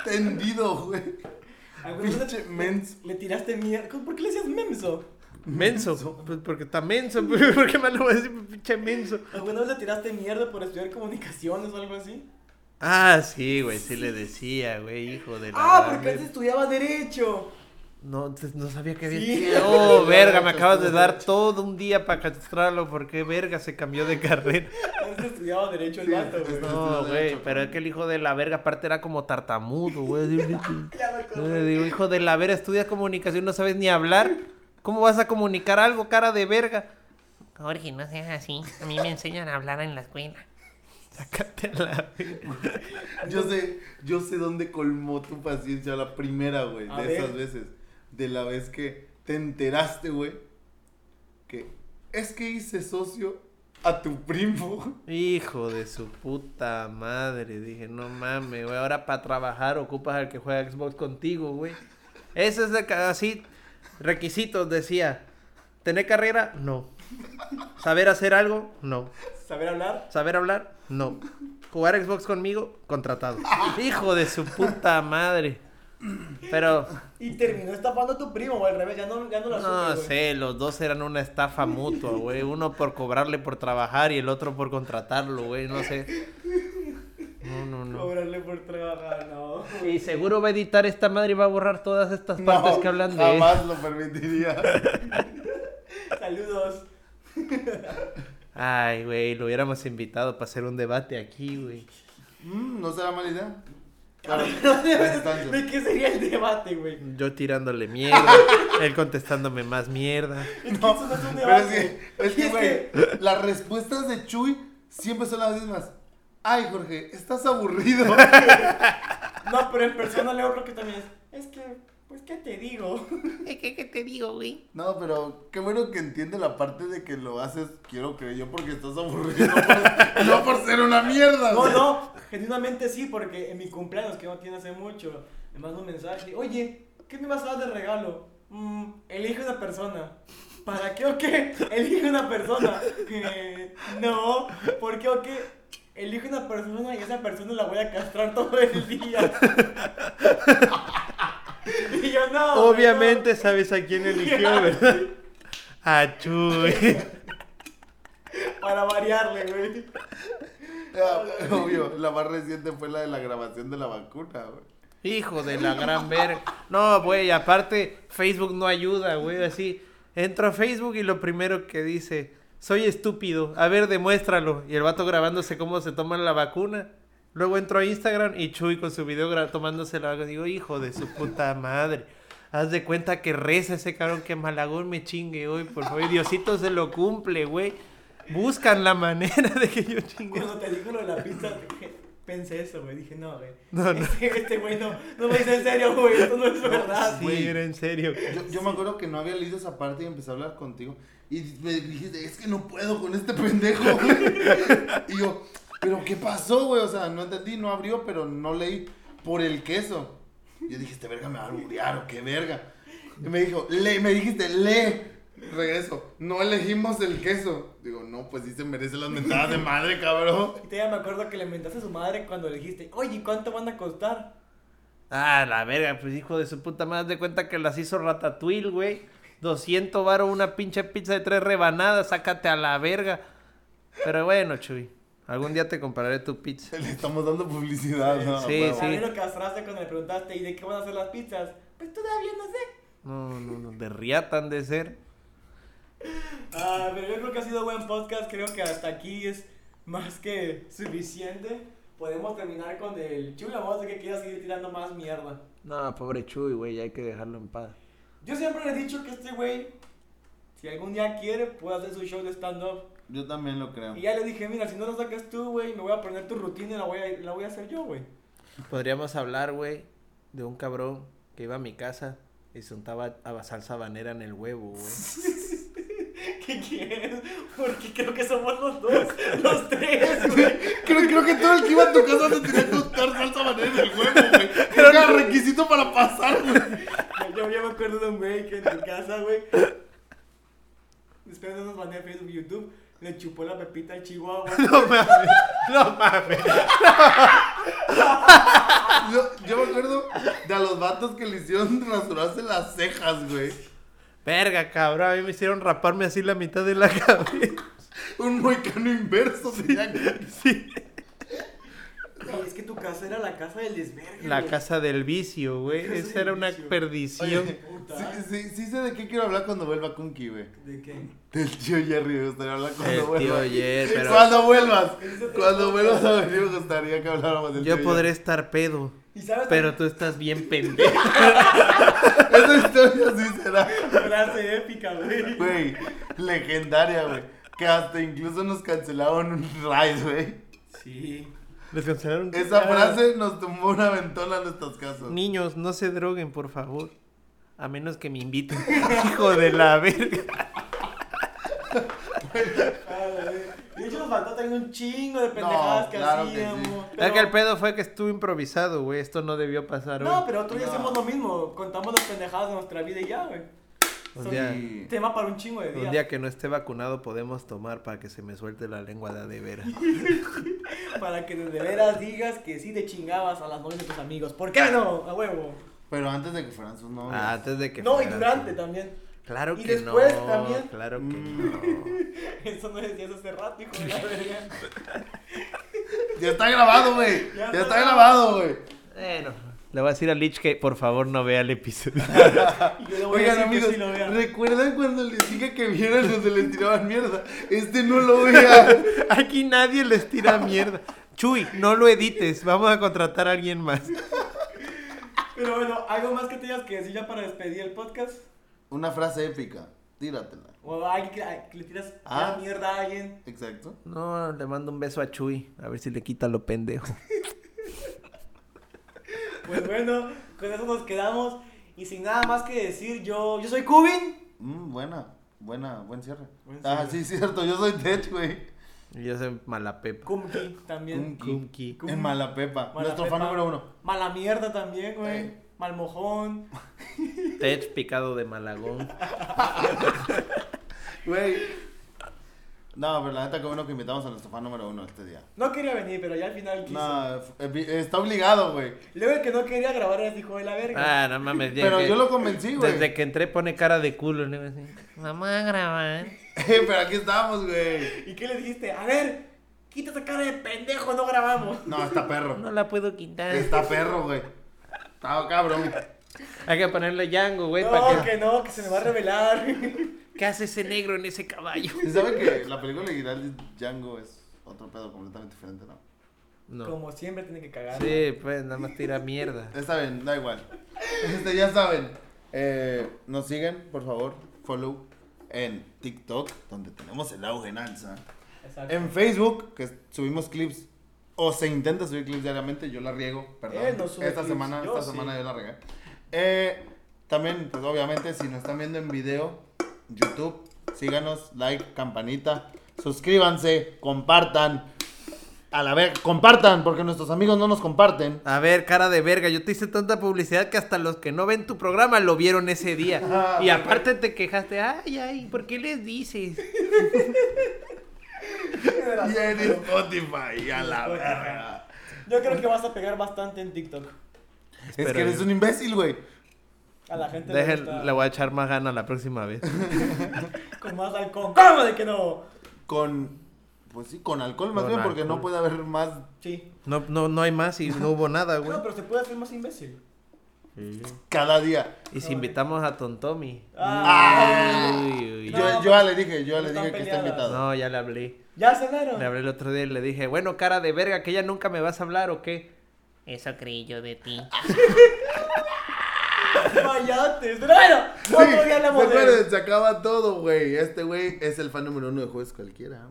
[SPEAKER 2] Tendido, güey.
[SPEAKER 1] ¿Alguna vez
[SPEAKER 2] Pinche
[SPEAKER 1] le-
[SPEAKER 2] menso.
[SPEAKER 1] Le tiraste mierda. ¿Por qué le decías memso?
[SPEAKER 3] Menso. Pues porque está menso. ¿Por qué más le voy a decir pinche menso?
[SPEAKER 1] ¿Alguna vez le tiraste mierda por estudiar comunicaciones o algo así?
[SPEAKER 3] Ah, sí, güey, sí le decía, güey, hijo de la.
[SPEAKER 1] Ah, porque
[SPEAKER 3] gran-
[SPEAKER 1] antes estudiaba derecho.
[SPEAKER 3] No, te- no sabía que había.
[SPEAKER 1] Sí.
[SPEAKER 3] estudiado. Oh, verga, me acabas de dar todo un día para castrarlo. porque verga se cambió de carrera?
[SPEAKER 1] Antes estudiaba derecho el
[SPEAKER 2] Sí,
[SPEAKER 1] vato,
[SPEAKER 2] es-
[SPEAKER 1] güey.
[SPEAKER 3] No, güey, pero es que el hijo de la verga aparte era como tartamudo, güey.
[SPEAKER 1] Ya me
[SPEAKER 3] Yo
[SPEAKER 1] acordé.
[SPEAKER 3] le digo, hijo de la verga, estudias comunicación, no sabes ni hablar. ¿Cómo vas a comunicar algo, cara de verga?
[SPEAKER 5] Jorge, no seas así. A mí me enseñan a hablar en la escuela.
[SPEAKER 3] Sácate a la verga.
[SPEAKER 2] Yo sé, yo sé dónde colmó tu paciencia la primera, güey,
[SPEAKER 1] A
[SPEAKER 2] de
[SPEAKER 1] ver.
[SPEAKER 2] esas veces. De la vez que te enteraste, güey, que es que hice socio a tu primo.
[SPEAKER 3] Hijo de su puta madre, dije, no mames, güey, ahora para trabajar ocupas al que juega Xbox contigo, güey. Ese es de ca- así, requisitos, decía. ¿Tener carrera? No. ¿Saber hacer algo? No.
[SPEAKER 1] ¿Saber hablar?
[SPEAKER 3] ¿Saber hablar? No. ¿Jugar Xbox conmigo? Contratado. Hijo de su puta madre. Pero,
[SPEAKER 1] Y terminó estafando a tu primo, o al revés, ya no, ya no lo
[SPEAKER 3] no
[SPEAKER 1] supe, güey.
[SPEAKER 3] sé, los dos eran una estafa mutua, güey. Uno por cobrarle por trabajar y el otro por contratarlo, güey, no sé. No, no, no.
[SPEAKER 1] Cobrarle por trabajar, no.
[SPEAKER 3] Y seguro va a editar esta madre y va a borrar todas estas partes
[SPEAKER 2] No,
[SPEAKER 3] que hablan de él.
[SPEAKER 2] jamás lo permitiría.
[SPEAKER 1] Saludos.
[SPEAKER 3] Ay, güey, lo hubiéramos invitado para hacer un debate aquí, güey.
[SPEAKER 2] Mm, no será mala idea. Claro, a distancia.
[SPEAKER 1] ¿De qué sería el debate, güey? Es
[SPEAKER 3] Yo tirándole mierda, él contestándome más mierda.
[SPEAKER 1] que eso no es un
[SPEAKER 2] Pero es
[SPEAKER 1] debate.
[SPEAKER 2] que, es que, güey, las respuestas de Chuy siempre son las mismas. Ay, Jorge, estás aburrido.
[SPEAKER 1] No, pero en persona leo creo que también es. Es que, pues, ¿qué te digo?
[SPEAKER 5] ¿Qué, qué te digo, güey?
[SPEAKER 2] No, pero qué bueno que entiende la parte de que lo haces, quiero creer yo, porque estás aburrido. no por- no por ser una mierda.
[SPEAKER 1] No,
[SPEAKER 2] güey.
[SPEAKER 1] no, genuinamente sí, porque en mi cumpleaños, que no tiene hace mucho, me manda un mensaje. Oye, ¿qué me vas a dar de regalo? "Mm, elige una persona. ¿Para qué o qué? Elige una persona. "Eh, no, ¿por qué o qué? Elige una persona y esa persona la voy a castrar todo el día. y yo no. güey,
[SPEAKER 3] Obviamente sabes a quién eligió, ¿verdad? A Chuy.
[SPEAKER 1] no, para variarle, güey.
[SPEAKER 2] Ah, obvio, la más reciente fue la de la grabación de la vacuna, güey.
[SPEAKER 3] Hijo de la gran verga. No, güey, aparte Facebook no ayuda, güey, así. Entro a Facebook y lo primero que dice, soy estúpido, a ver, demuéstralo. Y el vato grabándose cómo se toman la vacuna. Luego entro a Instagram y Chuy con su video gra- tomándose la vacuna. Digo, hijo de su puta madre. Haz de cuenta que reza ese cabrón que Malagón me chingue hoy, por favor. Diosito se lo cumple, güey. Buscan la manera de que yo chingue.
[SPEAKER 1] Cuando te dijo lo de la pizza, dije, pensé eso, güey. Dije, no, güey.
[SPEAKER 3] No, no.
[SPEAKER 1] Este este güey no, no me dice en serio, güey. Esto no es verdad.
[SPEAKER 3] Sí,
[SPEAKER 2] güey.
[SPEAKER 3] era en serio.
[SPEAKER 2] Yo, yo me acuerdo que no había leído esa parte y empecé a hablar contigo. Y me dijiste, es que no puedo con este pendejo, güey. Y yo, ¿pero qué pasó, güey? O sea, no entendí, no abrió, pero no leí por el queso. Yo dije, este verga me va a alburear o qué verga. Y me dijo, lee, me dijiste, lee. Regreso. No elegimos el queso. Digo, no, pues sí se merece las mentadas de madre, cabrón.
[SPEAKER 1] Y todavía me acuerdo que le mentaste a su madre cuando le dijiste, oye, ¿y ¿cuánto van a costar?
[SPEAKER 3] Ah, la verga, pues hijo de su puta madre, haz de cuenta que las hizo Ratatouille, güey. 200 varo, una pinche pizza de tres rebanadas, sácate a la verga. Pero bueno, Chuy, algún día te compraré tu pizza.
[SPEAKER 2] Le estamos dando publicidad, ¿no?
[SPEAKER 3] Sí,
[SPEAKER 2] Huevo.
[SPEAKER 1] A mí lo castraste cuando le preguntaste, ¿y de qué van a hacer las pizzas? Pues todavía no sé.
[SPEAKER 3] No, no, no, de riata han de ser.
[SPEAKER 1] Ah, pero yo creo que ha sido buen podcast, creo que hasta aquí es más que suficiente. Podemos terminar con el chula voz de que quiera seguir tirando más mierda.
[SPEAKER 3] No, pobre Chuy, güey, ya hay que dejarlo en paz.
[SPEAKER 1] Yo siempre le he dicho que este güey, si algún día quiere, puede hacer su show de stand-up.
[SPEAKER 2] Yo también lo creo.
[SPEAKER 1] Y ya le dije, mira, si no lo sacas tú, güey, me voy a poner tu rutina y la voy a, la voy a hacer yo, güey.
[SPEAKER 3] Podríamos hablar, güey, de un cabrón que iba a mi casa y se untaba a salsa banera en el huevo, güey.
[SPEAKER 1] ¿Qué quieres? Porque creo que somos los dos, los tres, güey.
[SPEAKER 2] Creo, creo que todo el que iba a tu casa te tenía que untar salsa banera en el huevo, güey. Era requisito para pasar, güey.
[SPEAKER 1] Yo ya me acuerdo de un güey que en tu casa, güey, después de nos mandé a Facebook y YouTube, le chupó la pepita al chihuahua.
[SPEAKER 3] No mames, no mames.
[SPEAKER 2] Yo, yo me acuerdo de a los vatos que le hicieron rasurarse las cejas, güey.
[SPEAKER 3] Verga, cabrón, a mí me hicieron raparme así la mitad de la cabeza.
[SPEAKER 2] Un moicano inverso, tenía que-
[SPEAKER 3] Sí.
[SPEAKER 1] Güey, es que tu casa era la casa del desvergue,
[SPEAKER 3] La
[SPEAKER 1] güey.
[SPEAKER 3] casa del vicio, güey.
[SPEAKER 1] Casa
[SPEAKER 3] Esa
[SPEAKER 1] del
[SPEAKER 3] era una
[SPEAKER 1] vicio.
[SPEAKER 3] perdición.
[SPEAKER 1] Puta.
[SPEAKER 2] Sí, sí, sí sé de qué quiero hablar cuando vuelva Kunki, güey.
[SPEAKER 1] ¿De qué?
[SPEAKER 2] Del tío Jerry, me gustaría hablar cuando
[SPEAKER 3] El tío
[SPEAKER 2] vuelva.
[SPEAKER 3] Jer, pero-
[SPEAKER 2] Cuando vuelvas, cuando vuelvas a venir me gustaría que habláramos del tío
[SPEAKER 3] Yo
[SPEAKER 2] Jer.
[SPEAKER 3] podré estar pedo,
[SPEAKER 1] ¿Y sabes
[SPEAKER 3] pero tú estás bien pendejo.
[SPEAKER 2] Esa historia sí será,
[SPEAKER 1] qué frase épica, güey?
[SPEAKER 2] güey, legendaria, güey. Que hasta incluso nos cancelaron un ride, güey.
[SPEAKER 1] Sí.
[SPEAKER 3] Les cancelaron.
[SPEAKER 2] Esa frase nos tumbó una ventona en nuestras casas.
[SPEAKER 3] Niños, no se droguen, por favor. A menos que me inviten. Hijo de la verga.
[SPEAKER 1] Ah, güey. De hecho, nos faltó también un chingo de pendejadas
[SPEAKER 2] No,
[SPEAKER 1] que
[SPEAKER 2] claro que
[SPEAKER 1] hacíamos.
[SPEAKER 2] sí.
[SPEAKER 1] pero-
[SPEAKER 3] Es que el pedo fue que estuvo improvisado, güey. Esto no debió pasar
[SPEAKER 1] No,
[SPEAKER 3] hoy.
[SPEAKER 1] pero otro día
[SPEAKER 2] No.
[SPEAKER 1] hacemos lo mismo. Contamos las pendejadas de nuestra vida y ya, güey.
[SPEAKER 3] Un día,
[SPEAKER 2] Sí.
[SPEAKER 1] Tema para un chingo de
[SPEAKER 3] un
[SPEAKER 1] días.
[SPEAKER 3] día que no esté vacunado podemos tomar para que se me suelte la lengua de a de veras.
[SPEAKER 1] Para que de veras digas que sí te chingabas a las novias de tus amigos. ¿Por qué no? A huevo.
[SPEAKER 2] Pero antes de que fueran sus novios.
[SPEAKER 3] Ah, antes de que.
[SPEAKER 1] No, y
[SPEAKER 3] fuera,
[SPEAKER 1] durante
[SPEAKER 3] sí.
[SPEAKER 1] también.
[SPEAKER 3] Claro
[SPEAKER 1] Y
[SPEAKER 3] que
[SPEAKER 1] después
[SPEAKER 3] no.
[SPEAKER 1] también.
[SPEAKER 3] Claro que
[SPEAKER 2] Mm.
[SPEAKER 3] no.
[SPEAKER 1] Eso no decías hace rato, hijo de la verga.
[SPEAKER 2] Ya está grabado, güey.
[SPEAKER 1] Ya está
[SPEAKER 2] Ya, está grabado, güey.
[SPEAKER 3] Bueno, le voy a decir a Lich que por favor no vea el episodio.
[SPEAKER 1] Y yo le voy
[SPEAKER 2] Oigan,
[SPEAKER 1] a decir
[SPEAKER 2] amigos,
[SPEAKER 1] que sí lo vean.
[SPEAKER 2] ¿recuerdan cuando les dije que vieran donde les tiraban mierda? Este no lo vea.
[SPEAKER 3] Aquí nadie les tira mierda. Chuy, no lo edites, vamos a contratar a alguien más.
[SPEAKER 1] Pero bueno, ¿algo más que tengas que decir ya para despedir el podcast?
[SPEAKER 2] Una frase épica. Tíratela.
[SPEAKER 1] ¿O a alguien que, a- que le tiras la
[SPEAKER 2] Ah.
[SPEAKER 1] mierda a alguien?
[SPEAKER 2] Exacto.
[SPEAKER 3] No, le mando un beso a Chuy, a ver si le quita lo pendejo.
[SPEAKER 1] Pues bueno, con eso nos quedamos. Y sin nada más que decir, yo, yo soy Cubin.
[SPEAKER 2] Mm, buena, buena, buen cierre.
[SPEAKER 1] Buen
[SPEAKER 2] Ah,
[SPEAKER 1] cierre.
[SPEAKER 2] sí, cierto. Yo soy Tech, güey.
[SPEAKER 3] Y yo soy mala pepa.
[SPEAKER 1] Kumki también.
[SPEAKER 2] Kumki.
[SPEAKER 3] Kumki.
[SPEAKER 1] Cum-
[SPEAKER 2] En Malapepa.
[SPEAKER 1] Malapepa.
[SPEAKER 2] Nuestro fan número uno.
[SPEAKER 1] Mala mierda también, güey.
[SPEAKER 2] Eh.
[SPEAKER 1] Malmojón.
[SPEAKER 3] Tech picado de malagón.
[SPEAKER 2] Güey. No, pero la neta, que bueno que invitamos a nuestro fan número uno este día.
[SPEAKER 1] No quería venir, pero ya al final quiso.
[SPEAKER 2] No, eh, está obligado, güey.
[SPEAKER 1] Luego el que no quería grabar era hijo de la verga.
[SPEAKER 3] Ah, no mames. ya
[SPEAKER 2] Pero
[SPEAKER 3] que-
[SPEAKER 2] yo lo convencí, güey.
[SPEAKER 3] Desde que entré pone cara de culo. ¿no? Así.
[SPEAKER 5] Vamos a grabar.
[SPEAKER 2] Pero aquí estamos, güey.
[SPEAKER 1] ¿Y qué le dijiste? A ver, quita esa cara de pendejo, no grabamos.
[SPEAKER 2] No, está perro.
[SPEAKER 5] No la puedo quitar.
[SPEAKER 2] Está perro, güey. Está cabrón.
[SPEAKER 3] Hay que ponerle Django, güey,
[SPEAKER 1] No,
[SPEAKER 3] para que...
[SPEAKER 1] que no, que se me va a revelar.
[SPEAKER 5] ¿Qué hace ese negro en ese caballo?
[SPEAKER 2] ¿Y saben que la película original de Django es otro pedo completamente diferente, no?
[SPEAKER 3] No.
[SPEAKER 1] Como siempre tiene que cagar.
[SPEAKER 3] Sí, pues nada más tira mierda.
[SPEAKER 2] Está bien, da igual. Este, ya saben. Eh, nos siguen, por favor. Follow en TikTok, donde tenemos el auge en alza.
[SPEAKER 1] Exacto.
[SPEAKER 2] En Facebook, que subimos clips. O se intenta subir clips diariamente. Yo la riego, perdón.
[SPEAKER 1] Él no sube
[SPEAKER 2] esta
[SPEAKER 1] clips,
[SPEAKER 2] semana,
[SPEAKER 1] yo
[SPEAKER 2] esta
[SPEAKER 1] sí.
[SPEAKER 2] semana yo la regué. Eh, también, pues obviamente, si nos están viendo en video, YouTube, síganos, like, campanita, suscríbanse, compartan. A la verga, compartan, porque nuestros amigos no nos comparten.
[SPEAKER 3] A ver, cara de verga, yo te hice tanta publicidad que hasta los que no ven tu programa lo vieron ese día. Y aparte te quejaste, ay, ay, ¿por qué les dices?
[SPEAKER 2] Y en Spotify, a la verga.
[SPEAKER 1] Yo creo que vas a pegar bastante en TikTok.
[SPEAKER 2] Es
[SPEAKER 3] Espero
[SPEAKER 2] que eres
[SPEAKER 3] yo.
[SPEAKER 2] un imbécil, güey.
[SPEAKER 1] A la gente le
[SPEAKER 3] Dejen,
[SPEAKER 1] gusta
[SPEAKER 3] le voy a echar más ganas la próxima vez.
[SPEAKER 1] con más alcohol. ¿Cómo de que no?
[SPEAKER 2] Con. Pues sí, con alcohol más
[SPEAKER 3] Con
[SPEAKER 2] bien, porque no
[SPEAKER 3] alcohol.
[SPEAKER 2] puede haber más.
[SPEAKER 1] Sí.
[SPEAKER 3] No, no, no hay más y no hubo nada, güey.
[SPEAKER 1] No, pero se puede hacer más imbécil.
[SPEAKER 2] Cada día.
[SPEAKER 3] Y si invitamos a Tontomi.
[SPEAKER 2] Eh,
[SPEAKER 1] Ah.
[SPEAKER 3] Uy, uy,
[SPEAKER 2] Yo,
[SPEAKER 1] No, pues,
[SPEAKER 3] uy.
[SPEAKER 2] yo ya le dije, yo ya le
[SPEAKER 1] están
[SPEAKER 2] dije que está
[SPEAKER 1] peleadas.
[SPEAKER 2] invitado.
[SPEAKER 3] No, ya le hablé.
[SPEAKER 1] ¿Ya cenaron?
[SPEAKER 3] Le hablé el otro día y le dije, bueno, cara de verga, que ya nunca me vas a hablar o qué.
[SPEAKER 5] Eso creí yo de ti.
[SPEAKER 1] Vayantes. Pero bueno, no otro día hablamos de
[SPEAKER 2] recuerden, se acaba todo, güey. Este güey es el fan número uno de juegos cualquiera.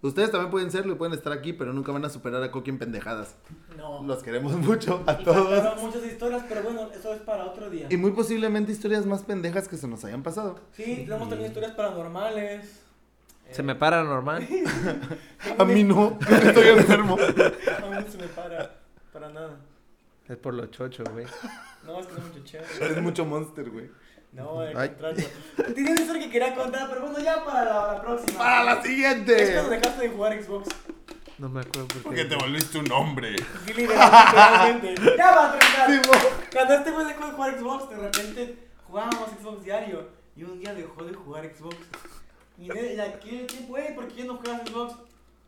[SPEAKER 2] Ustedes también pueden serlo y pueden estar aquí, pero nunca van a superar a Coqui en pendejadas.
[SPEAKER 1] No.
[SPEAKER 2] Los queremos mucho a
[SPEAKER 1] Y
[SPEAKER 2] todos.
[SPEAKER 1] faltaron muchas historias, pero bueno, eso es para otro día.
[SPEAKER 2] Y muy posiblemente historias más pendejas que se nos hayan pasado.
[SPEAKER 1] Sí, tenemos también historias paranormales. Eh,
[SPEAKER 3] Se me para normal.
[SPEAKER 2] A mí no, yo estoy enfermo.
[SPEAKER 1] A mí no se me para. Para nada.
[SPEAKER 3] Es por los chochos, güey.
[SPEAKER 1] No, es que es mucho chévere.
[SPEAKER 2] Es mucho monster, güey.
[SPEAKER 1] No, al
[SPEAKER 3] Ay.
[SPEAKER 1] contrario. Tenía una historia que quería contar, pero bueno, ya para la, la próxima.
[SPEAKER 2] ¡Para la
[SPEAKER 1] Es cuando
[SPEAKER 2] siguiente!
[SPEAKER 1] dejaste de jugar Xbox.
[SPEAKER 3] No me acuerdo por
[SPEAKER 2] Porque
[SPEAKER 3] qué.
[SPEAKER 2] te volviste un hombre.
[SPEAKER 1] Sí, literalmente. ya va a terminar.
[SPEAKER 2] Simón.
[SPEAKER 1] Cuando este güey dejó de jugar Xbox, de repente jugábamos Xbox diario. Y un día dejó de jugar Xbox. Y de, de aquel tiempo, güey, ¿por qué ya no juegas Xbox?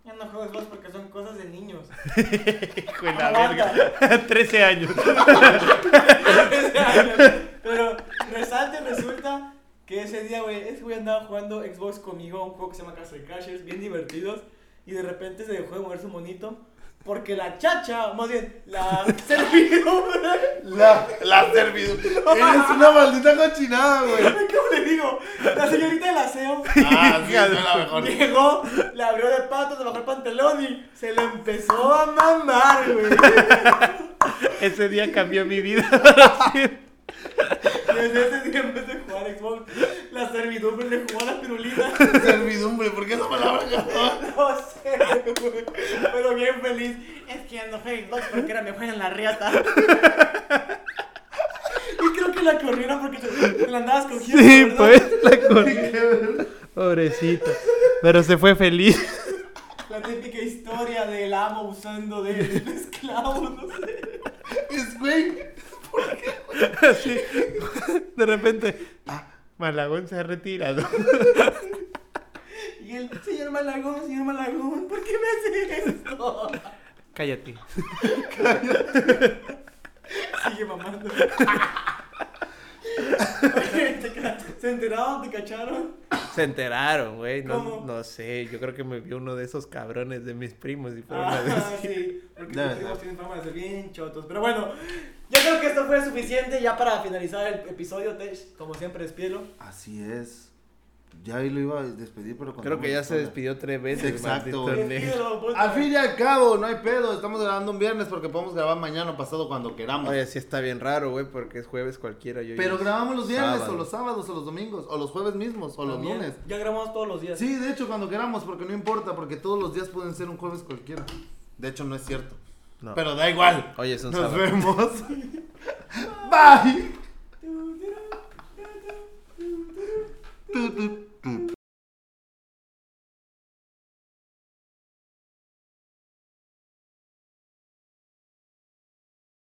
[SPEAKER 1] Ya no juego Xbox porque son cosas de niños.
[SPEAKER 3] Hijo de la
[SPEAKER 1] Aguanta.
[SPEAKER 3] verga. 13 años.
[SPEAKER 1] Pero resalte, resulta que ese día, güey, ese güey andaba jugando Xbox conmigo, un juego que se llama Castle Crashers, bien divertidos, y de repente se dejó de mover su monito. Porque la chacha, más bien, la servidumbre.
[SPEAKER 2] La, la servidumbre. Eres una maldita cochinada, güey.
[SPEAKER 1] ¿Cómo le digo? La señorita del aseo
[SPEAKER 2] Ah, sí, es la mejor.
[SPEAKER 1] llegó, le abrió de patas, le bajó el pantalón y se le empezó a mamar, güey.
[SPEAKER 3] Ese día cambió mi vida. para siempre.
[SPEAKER 1] Desde ese día empecé a jugar Xbox. La servidumbre le jugó a la pirulina.
[SPEAKER 2] Servidumbre, ¿por qué esa palabra cabrón?
[SPEAKER 1] No sé, güey, pero bien feliz. Es que ando Xbox porque era mejor en la riata. Y creo que la corrieron porque te, te la andabas cogiendo.
[SPEAKER 3] Sí,
[SPEAKER 1] ¿verdad?
[SPEAKER 3] pues. La corrí. Pobrecito. Pero se fue feliz.
[SPEAKER 1] La típica historia del amo usando del esclavo, no sé.
[SPEAKER 2] Es güey.
[SPEAKER 3] Así. De repente. ah, Malagón se ha retirado.
[SPEAKER 1] Y el señor Malagón, señor Malagón, ¿por qué me hace esto?
[SPEAKER 3] Cállate.
[SPEAKER 1] Sigue mamando. Oye, te ca- ¿Se enteraron? ¿Te cacharon?
[SPEAKER 3] Se enteraron, güey. No,
[SPEAKER 1] ¿Cómo?
[SPEAKER 3] no sé. Yo creo que me vio uno de esos cabrones de mis primos y fueron a
[SPEAKER 1] Ah,
[SPEAKER 3] decir.
[SPEAKER 1] sí, porque
[SPEAKER 2] Debe
[SPEAKER 1] los primos tienen fama de ser bien chotos. Pero bueno, yo creo que esto fue suficiente ya para finalizar el episodio. Tesh, como siempre, despielo.
[SPEAKER 2] Así es. Ya ahí lo iba a despedir, pero
[SPEAKER 3] Creo que ya se despidió tres veces.
[SPEAKER 2] Exacto,
[SPEAKER 3] maldito
[SPEAKER 2] güey.
[SPEAKER 3] negro.
[SPEAKER 1] Despídelo, pues. puta.
[SPEAKER 2] Al fin y al cabo, no hay pedo. Estamos grabando un viernes porque podemos grabar mañana o pasado cuando queramos.
[SPEAKER 3] Oye, sí está bien raro, güey, porque es jueves cualquiera. Yo
[SPEAKER 2] pero grabamos los viernes
[SPEAKER 3] Sábado.
[SPEAKER 2] o los sábados o los domingos o los jueves mismos o los
[SPEAKER 1] También,
[SPEAKER 2] lunes.
[SPEAKER 1] Ya grabamos todos los días.
[SPEAKER 2] Sí, de hecho, cuando queramos, porque no importa, porque todos los días pueden ser un jueves cualquiera. De hecho, no es cierto.
[SPEAKER 3] No.
[SPEAKER 2] Pero da igual.
[SPEAKER 3] Oye, es un
[SPEAKER 2] Nos
[SPEAKER 3] sábado.
[SPEAKER 2] vemos. Bye.